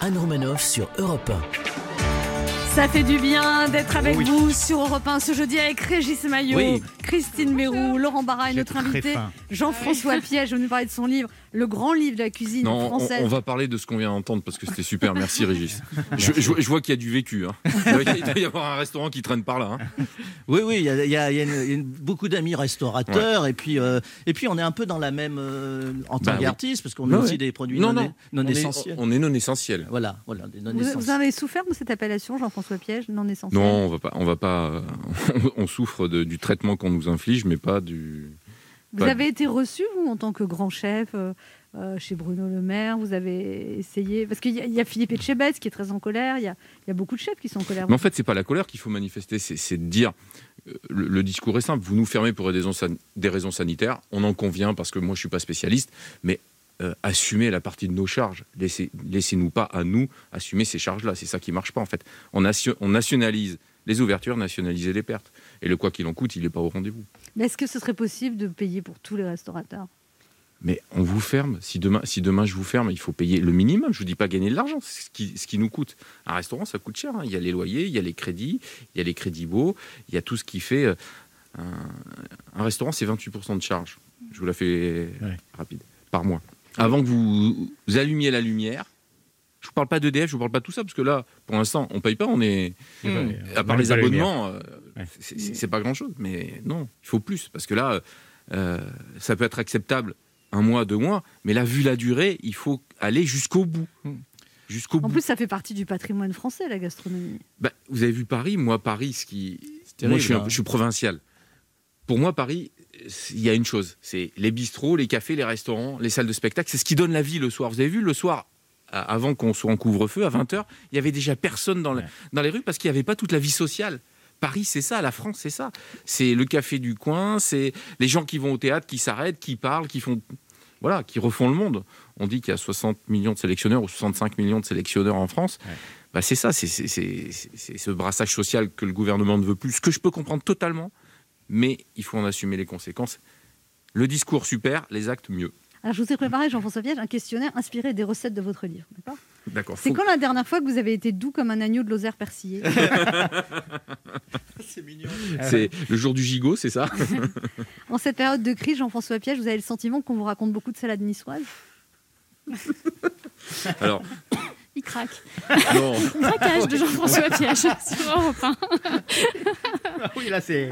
Speaker 15: Anne Romanoff sur Europe 1.
Speaker 1: Ça fait du bien d'être avec
Speaker 15: Oui.
Speaker 1: vous sur Europe 1 ce jeudi avec Régis Maillot,
Speaker 15: Oui.
Speaker 1: Christine Mérou, Laurent Barra et
Speaker 16: J'ai
Speaker 1: notre
Speaker 16: très
Speaker 1: invité
Speaker 16: faim.
Speaker 1: Jean-François Piège. Je vais nous parler de son livre, le grand livre de la cuisine
Speaker 16: Non, on,
Speaker 1: française.
Speaker 16: on va parler de ce qu'on vient d'entendre parce que c'était super. Merci Régis. Je, je- je vois qu'il y a du vécu.
Speaker 2: *laughs*
Speaker 16: hein. Il doit y avoir un restaurant qui traîne par là. hein.
Speaker 2: Oui, oui, il y a, il y a- il y a une- il y a une- beaucoup d'amis restaurateurs et puis euh, et puis on est un peu dans la même euh, en tant
Speaker 16: Bah oui.
Speaker 2: qu'artiste parce qu'on
Speaker 16: Ouais,
Speaker 2: a aussi
Speaker 16: ouais.
Speaker 2: des produits
Speaker 16: Non,
Speaker 2: non,
Speaker 16: non.
Speaker 2: non
Speaker 16: On est-
Speaker 2: essentiels.
Speaker 16: On est non essentiel.
Speaker 2: Voilà, voilà, des non
Speaker 1: Vous,
Speaker 2: essentiels.
Speaker 1: vous en avez souffert de cette appellation, Jean-François Piège, non essentiel
Speaker 16: Non, on va pas. On va pas. euh, *laughs* on souffre de- du traitement qu'on nous inflige, mais pas du.
Speaker 1: Vous
Speaker 16: pas-
Speaker 1: avez été reçu, vous, en tant que grand chef euh, euh, chez Bruno Le Maire Vous avez essayé Parce qu'il y, a- il y a Philippe Etchebest qui est très en colère, il y a, il y a beaucoup de chefs qui sont en colère.
Speaker 16: Mais en fait, c'est pas la colère qu'il faut manifester, c'est c'est de dire. euh, Le, le discours est simple. Vous nous fermez pour des raisons, san- des raisons sanitaires. On en convient parce que moi, je suis pas spécialiste, mais euh, assumez la partie de nos charges. Laissez- Laissez-nous pas à nous assumer ces charges-là. C'est ça qui marche pas en fait. On, nation- on nationalise les ouvertures, nationaliser les pertes. Et le quoi qu'il en coûte, il n'est pas au rendez-vous.
Speaker 1: Mais est-ce que ce serait possible de payer pour tous les restaurateurs
Speaker 16: Mais on vous ferme. Si demain, si demain je vous ferme, il faut payer le minimum. Je vous dis pas gagner de l'argent, c'est ce qui, ce qui nous coûte. Un restaurant, ça coûte cher. hein. Il y a les loyers, il y a les crédits, il y a les crédits beaux, il y a tout ce qui fait. euh, un, un restaurant, c'est 28% de charge. Je vous la fais rapide. Par mois. Avant que vous, vous allumiez la lumière, je vous parle pas d'EDF, je vous parle pas de tout ça, parce que là, pour l'instant, on paye pas, on est.
Speaker 4: Hmm.
Speaker 16: À
Speaker 4: On
Speaker 16: part
Speaker 4: allume
Speaker 16: les
Speaker 4: pas la
Speaker 16: abonnements,
Speaker 4: lumière.
Speaker 16: euh, c'est- c'est c'est pas grand chose. Mais non, il faut plus, parce que là, euh, ça peut être acceptable un mois, deux mois, mais là, vu la durée, il faut aller jusqu'au bout. Jusqu'au
Speaker 1: En
Speaker 16: bout.
Speaker 1: plus, ça fait partie du patrimoine français, la gastronomie.
Speaker 16: Bah, vous avez vu Paris, moi Paris, ce qui,
Speaker 2: terrible,
Speaker 16: moi je suis, un-
Speaker 2: hein.
Speaker 16: je suis provincial. Pour moi Paris, c'est- il y a une chose, c'est les bistrots, les cafés, les restaurants, les salles de spectacle, c'est ce qui donne la vie le soir. Vous avez vu le soir, à- avant qu'on soit en couvre-feu à 20h, il y avait déjà personne dans, la- dans les rues parce qu'il n'y avait pas toute la vie sociale. Paris, c'est ça, la France, c'est ça. C'est le café du coin, c'est les gens qui vont au théâtre, qui s'arrêtent, qui parlent, qui font voilà, qui refont le monde. On dit qu'il y a 60 millions de sélectionneurs ou 65 millions de sélectionneurs en France. Bah, c'est ça, c'est c'est- c'est- c'est- c'est ce brassage social que le gouvernement ne veut plus, ce que je peux comprendre totalement, mais il faut en assumer les conséquences. Le discours super, les actes mieux.
Speaker 1: Alors, je vous ai préparé, Jean-François Piège, un questionnaire inspiré des recettes de votre livre. d'accord
Speaker 16: D'accord.
Speaker 1: C'est
Speaker 16: faut-
Speaker 1: quand la dernière fois que vous avez été doux comme un agneau de Lozère
Speaker 16: *laughs*
Speaker 1: persillé
Speaker 16: c'est
Speaker 1: *laughs*
Speaker 16: le jour du gigot, c'est *laughs* ça
Speaker 1: En cette période de crise, Jean-François Piège, vous avez le sentiment qu'on vous raconte beaucoup de
Speaker 16: *laughs*
Speaker 1: salade niçoise
Speaker 16: Alors,
Speaker 3: Il craque.
Speaker 16: non.
Speaker 3: Craquage de Jean-François Piège sur Europe 1.
Speaker 4: Ah Oui, là, *laughs* c'est.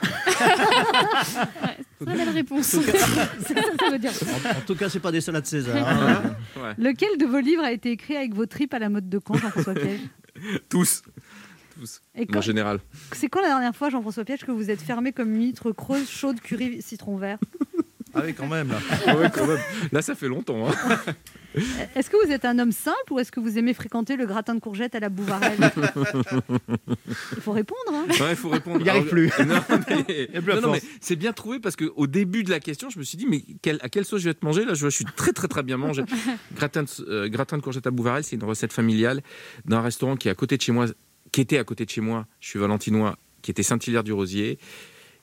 Speaker 1: *laughs*
Speaker 3: *laughs* Très belle réponse.
Speaker 2: En tout cas-
Speaker 1: Ça veut dire ça.
Speaker 2: En, en tout cas, c'est pas des salades César. hein.
Speaker 1: Lequel de vos livres a été écrit avec vos tripes à la mode de camp,
Speaker 16: *laughs*
Speaker 1: Jean-François Piège
Speaker 16: Tous. Tous.
Speaker 1: Et
Speaker 16: En
Speaker 1: quand-
Speaker 16: général.
Speaker 1: C'est quand la dernière fois, Jean-François Piège, que vous êtes fermé comme une huître creuse, chaude, curry, citron vert
Speaker 2: Ah oui, quand même là.
Speaker 16: *laughs* Ouais, quand même. Là, ça fait longtemps. hein.
Speaker 1: Est-ce que vous êtes un homme simple ou est-ce que vous aimez fréquenter le gratin de courgettes à la Bouvarelle
Speaker 16: *laughs*
Speaker 1: Il Euh, faut répondre. hein.
Speaker 16: Ouais, il faut répondre.
Speaker 4: Il y arrive
Speaker 16: Alors,
Speaker 4: plus.
Speaker 16: *laughs* Non, mais-
Speaker 4: Il y a plus la
Speaker 16: non, non, mais
Speaker 4: force.
Speaker 16: c'est bien trouvé parce qu'au début de la question, je me suis dit, mais quelle- à quelle sauce je vais te manger Là, je vois, je suis très, très, très bien mangé. Gratin de, euh, gratin de courgettes à Bouvarel, c'est une recette familiale d'un restaurant qui est à côté de chez moi, qui était à côté de chez moi. Je suis valentinois, qui était Saint-Hilaire-du-Rosier.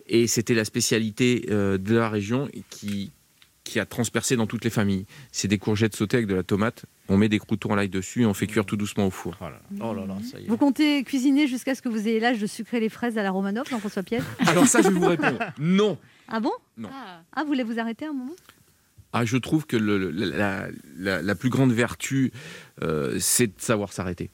Speaker 16: Et c'était la spécialité euh, de la région et qui, qui a transpercé dans toutes les familles. C'est des courgettes sautées avec de la tomate. On met des croutons à l'ail dessus et on fait cuire tout doucement au four.
Speaker 2: Oh là là, ça y est.
Speaker 1: Vous comptez cuisiner jusqu'à ce que vous ayez l'âge de sucrer les fraises à la Romanov, Jean-François Piège
Speaker 16: Alors ça, je vais vous répondre. Non.
Speaker 1: Ah bon
Speaker 16: Non.
Speaker 1: Ah, vous voulez vous arrêter un moment
Speaker 16: Ah, je trouve que le- le- la, la- la plus grande vertu, euh, c'est de savoir s'arrêter.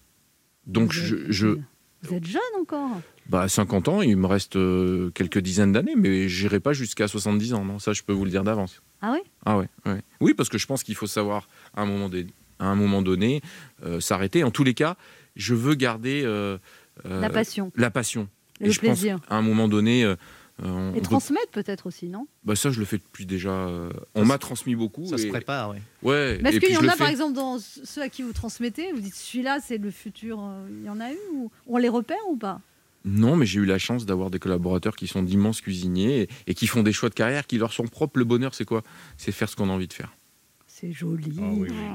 Speaker 16: Donc, je, je-
Speaker 1: Vous êtes jeune encore.
Speaker 16: bah, 50 ans, il me reste euh, quelques dizaines d'années, mais j'irai pas jusqu'à 70 ans. Non, ça, je peux vous le dire d'avance.
Speaker 1: Ah oui
Speaker 16: Ah ouais, ouais. Oui, parce que je pense qu'il faut savoir, à un moment, dé- à un moment donné, euh, s'arrêter. En tous les cas, je veux garder... euh, euh,
Speaker 1: La passion.
Speaker 16: La passion.
Speaker 1: Et le
Speaker 16: je pense
Speaker 1: plaisir.
Speaker 16: à un moment donné... euh, euh, on-
Speaker 1: Et
Speaker 16: on peut-
Speaker 1: transmettre peut-être aussi, non
Speaker 16: bah, ça, je le fais depuis déjà... euh, on m'a transmis beaucoup.
Speaker 2: ça se
Speaker 16: prépare, oui. Ouais,
Speaker 1: Mais
Speaker 16: et
Speaker 1: est-ce
Speaker 16: puis
Speaker 1: qu'il y
Speaker 16: je
Speaker 1: en
Speaker 16: le
Speaker 1: a, par
Speaker 16: fais.
Speaker 1: exemple, dans ceux à qui vous transmettez, vous dites celui-là, c'est le futur, euh, il y en a eu ou... On les repère ou pas
Speaker 16: Non, mais j'ai eu la chance d'avoir des collaborateurs qui sont d'immenses cuisiniers et, et qui font des choix de carrière qui leur sont propres. Le bonheur, c'est quoi C'est faire ce qu'on a envie de faire.
Speaker 1: C'est joli.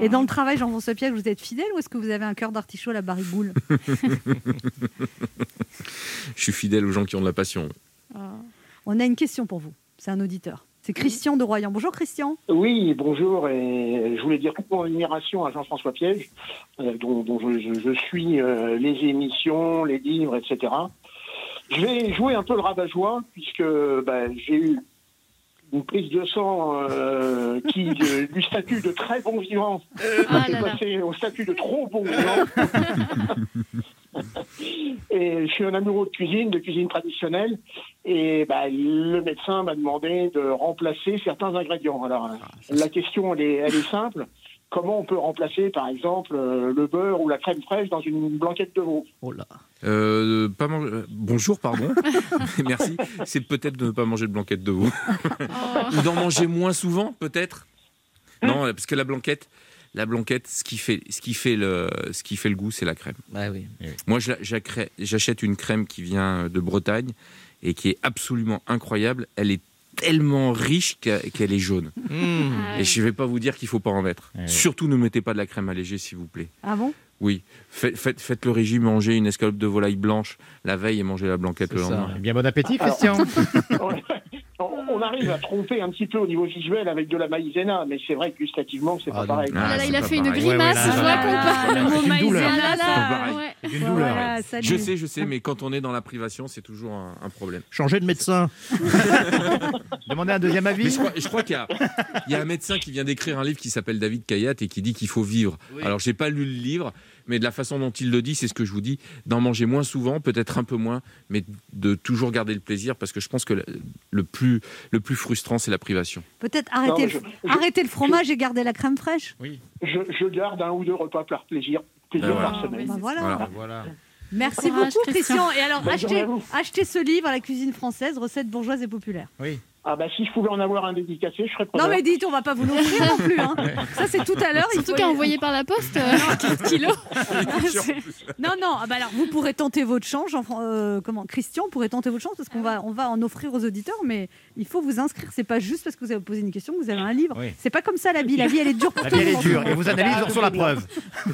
Speaker 1: Et dans le travail, Jean-François Piège, vous êtes fidèle ou est-ce que vous avez un cœur d'artichaut à la bariboule
Speaker 16: Je suis fidèle aux gens qui ont de la passion.
Speaker 1: On a une question pour vous. C'est un auditeur. C'est Christian de Royan. Bonjour Christian.
Speaker 17: Oui, bonjour. Et je voulais dire toute mon admiration à Jean-François Piège, euh, dont, dont je, je- je suis euh, les émissions, les livres, etc. Je vais jouer un peu le rabat-joie, puisque bah, j'ai eu une prise de sang euh, qui, de- du statut de très bon vivant, est passée au statut de trop bon vivant. Et je suis un amoureux de cuisine, de cuisine traditionnelle. Et bah, le médecin m'a demandé de remplacer certains ingrédients. Alors, la question, elle est, elle est simple. Comment on peut remplacer, par exemple, euh, le beurre ou la crème fraîche dans une blanquette de veau
Speaker 16: Euh, pas manger- euh, Bonjour, pardon. Merci. C'est peut-être de ne pas manger de blanquette de veau. *laughs* Ou d'en manger moins souvent, peut-être. Non, parce que la blanquette, la blanquette, ce qui fait, ce qui fait le, ce qui fait le goût, c'est la crème.
Speaker 4: Bah
Speaker 16: Moi, je la- j'acré- j'achète une crème qui vient de Bretagne et qui est absolument incroyable. Elle est tellement riche qu'a- qu'elle est jaune. Et je ne vais pas vous dire qu'il faut pas en mettre. Surtout, ne mettez pas de la crème allégée, s'il vous plaît.
Speaker 1: Ah bon
Speaker 16: Oui, faites, faites- faites le régime, mangez une escalope de volaille blanche la veille et mangez la blanquette le
Speaker 4: ça.
Speaker 16: lendemain.
Speaker 4: Eh bien, bon appétit,
Speaker 17: Alors-
Speaker 4: Christian.
Speaker 17: *laughs* on, on arrive à tromper un petit peu au niveau visuel avec de la maïzena, mais c'est vrai que gustativement, c'est pas pareil.
Speaker 16: non. Ah, Là, là, c'est il a pas fait une pareil.
Speaker 3: grimace,
Speaker 16: je vois qu'on parle
Speaker 3: le mot
Speaker 16: C'est une douleur.
Speaker 3: maïzena, là,
Speaker 16: C'est pas pareil.
Speaker 3: ouais.
Speaker 16: C'est une douleur.
Speaker 3: Voilà, salut.
Speaker 16: je sais, je sais, mais quand on est dans la privation, c'est toujours un, un problème.
Speaker 2: Changer de médecin.
Speaker 4: Demandez un deuxième avis.
Speaker 16: Mais je crois, je crois qu'il y a- il y, a un médecin qui vient d'écrire un livre qui s'appelle David Kayat et qui dit qu'il faut vivre. Alors, j'ai pas lu le livre, mais de la façon dont il le dit, c'est ce que je vous dis d'en manger moins souvent, peut-être un peu moins, mais de toujours garder le plaisir parce que je pense que le, le plus, le plus frustrant, c'est la privation.
Speaker 1: Peut-être arrêter,
Speaker 17: Non, je-
Speaker 1: le- arrêter le fromage et garder la crème fraîche
Speaker 16: Oui.
Speaker 17: Je, je garde un ou deux repas par plaisir, plaisir
Speaker 16: Ben voilà.
Speaker 17: par semaine.
Speaker 1: Bah voilà.
Speaker 16: voilà.
Speaker 1: Merci
Speaker 17: Courage,
Speaker 1: beaucoup Christian.
Speaker 17: Christian.
Speaker 1: Et alors,
Speaker 17: Bonne journée
Speaker 1: achetez,
Speaker 17: à vous.
Speaker 1: achetez ce livre à la cuisine française, recettes bourgeoises et populaires.
Speaker 4: Oui.
Speaker 17: Ah bah si je pouvais en avoir un dédicacé, je serais
Speaker 1: Non
Speaker 17: preneur.
Speaker 1: mais dites, on va pas vous l'offrir non plus.
Speaker 17: *laughs*
Speaker 1: hein. Ça c'est tout à l'heure. il
Speaker 3: Surtout
Speaker 1: faut-
Speaker 3: qu'à envoyer par la
Speaker 1: *laughs*
Speaker 3: poste, euh, 15 kilos.
Speaker 1: Non, non, ah bah alors vous pourrez tenter votre chance, Jean- euh, comment, Christian pourrait tenter votre chance parce
Speaker 3: Ah
Speaker 1: qu'on va, on va en offrir aux auditeurs, mais il faut vous inscrire. C'est pas juste parce que vous avez posé une question que vous avez un livre.
Speaker 4: Oui.
Speaker 1: C'est pas comme ça la vie. La vie elle est dure pour
Speaker 4: La
Speaker 1: tout
Speaker 4: vie,
Speaker 1: le
Speaker 4: elle est
Speaker 1: monde.
Speaker 4: dure. Et vos analyses
Speaker 17: Ah,
Speaker 4: en sont la preuve.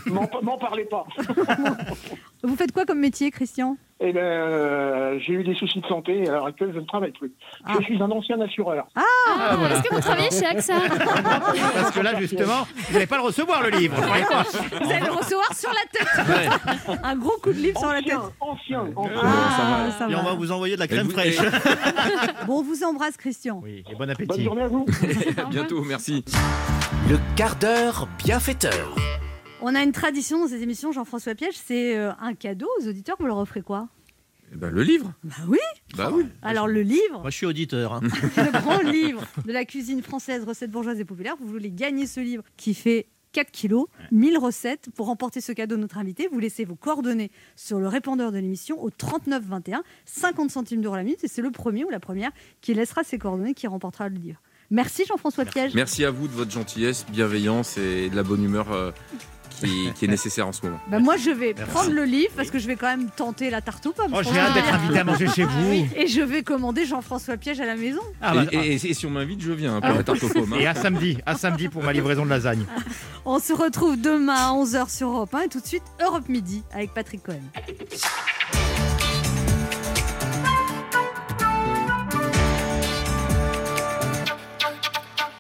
Speaker 17: M'en m'en parlez pas.
Speaker 1: *laughs* Vous faites quoi comme métier, Christian
Speaker 17: Eh ben, euh, j'ai eu des soucis de santé et à l'heure actuelle, je ne travaille plus. Je
Speaker 16: Ah.
Speaker 17: suis un ancien assureur.
Speaker 1: Ah,
Speaker 4: voilà.
Speaker 3: Est-ce que vous travaillez chez
Speaker 1: *laughs*
Speaker 3: AXA
Speaker 4: Parce que là, justement,
Speaker 16: Ah,
Speaker 4: vous n'allez pas le recevoir, le livre. croyez moi.
Speaker 1: Vous allez le recevoir sur la tête. Un gros coup de livre sur la tête.
Speaker 17: Ancien, ancien.
Speaker 1: Ah, ça
Speaker 2: Et on va
Speaker 1: va.
Speaker 2: vous envoyer de la crème
Speaker 16: vous-
Speaker 2: fraîche.
Speaker 1: Bon, on vous embrasse, Christian.
Speaker 4: Et bon appétit.
Speaker 17: Bonne journée à
Speaker 4: *laughs*
Speaker 17: vous.
Speaker 16: À bientôt, merci.
Speaker 15: Le quart d'heure bienfaiteur.
Speaker 1: On a une tradition dans ces émissions, Jean-François Piège, c'est euh, un cadeau aux auditeurs. Vous leur offrez quoi
Speaker 16: Eh ben, le livre
Speaker 1: Bah oui
Speaker 16: Bah oui.
Speaker 1: Alors le livre,
Speaker 2: Moi, je suis auditeur. hein.
Speaker 16: *laughs*
Speaker 1: le grand livre de la cuisine française, recettes bourgeoises et populaires, vous voulez gagner ce livre qui fait 4 kilos, 1000 recettes. Pour remporter ce cadeau de notre invité, vous laissez vos coordonnées sur le répondeur de l'émission au 39 21, 50 centimes d'euros la minute. Et c'est le premier ou la première qui laissera ses coordonnées qui remportera le livre. Merci Jean-François Piège.
Speaker 16: Merci à vous de votre gentillesse, bienveillance et de la bonne humeur euh, qui, qui est nécessaire en ce moment.
Speaker 1: Bah, moi, je vais prendre le livre parce que je vais quand même tenter la tarte aux pommes.
Speaker 4: Oh,
Speaker 1: je
Speaker 4: j'ai
Speaker 1: pense
Speaker 4: hâte
Speaker 1: que-
Speaker 4: d'être invité à manger chez vous. bah,
Speaker 1: Et je vais commander Jean-François Piège à la maison.
Speaker 16: et, Ah, et- et si on m'invite, je viens hein, pour
Speaker 4: Ah.
Speaker 16: la tarte aux pommes. hein.
Speaker 4: Et à samedi, à samedi pour ma livraison de lasagne.
Speaker 1: On se retrouve demain à 11h sur Europe 1 et tout de suite Europe Midi avec Patrick Cohen.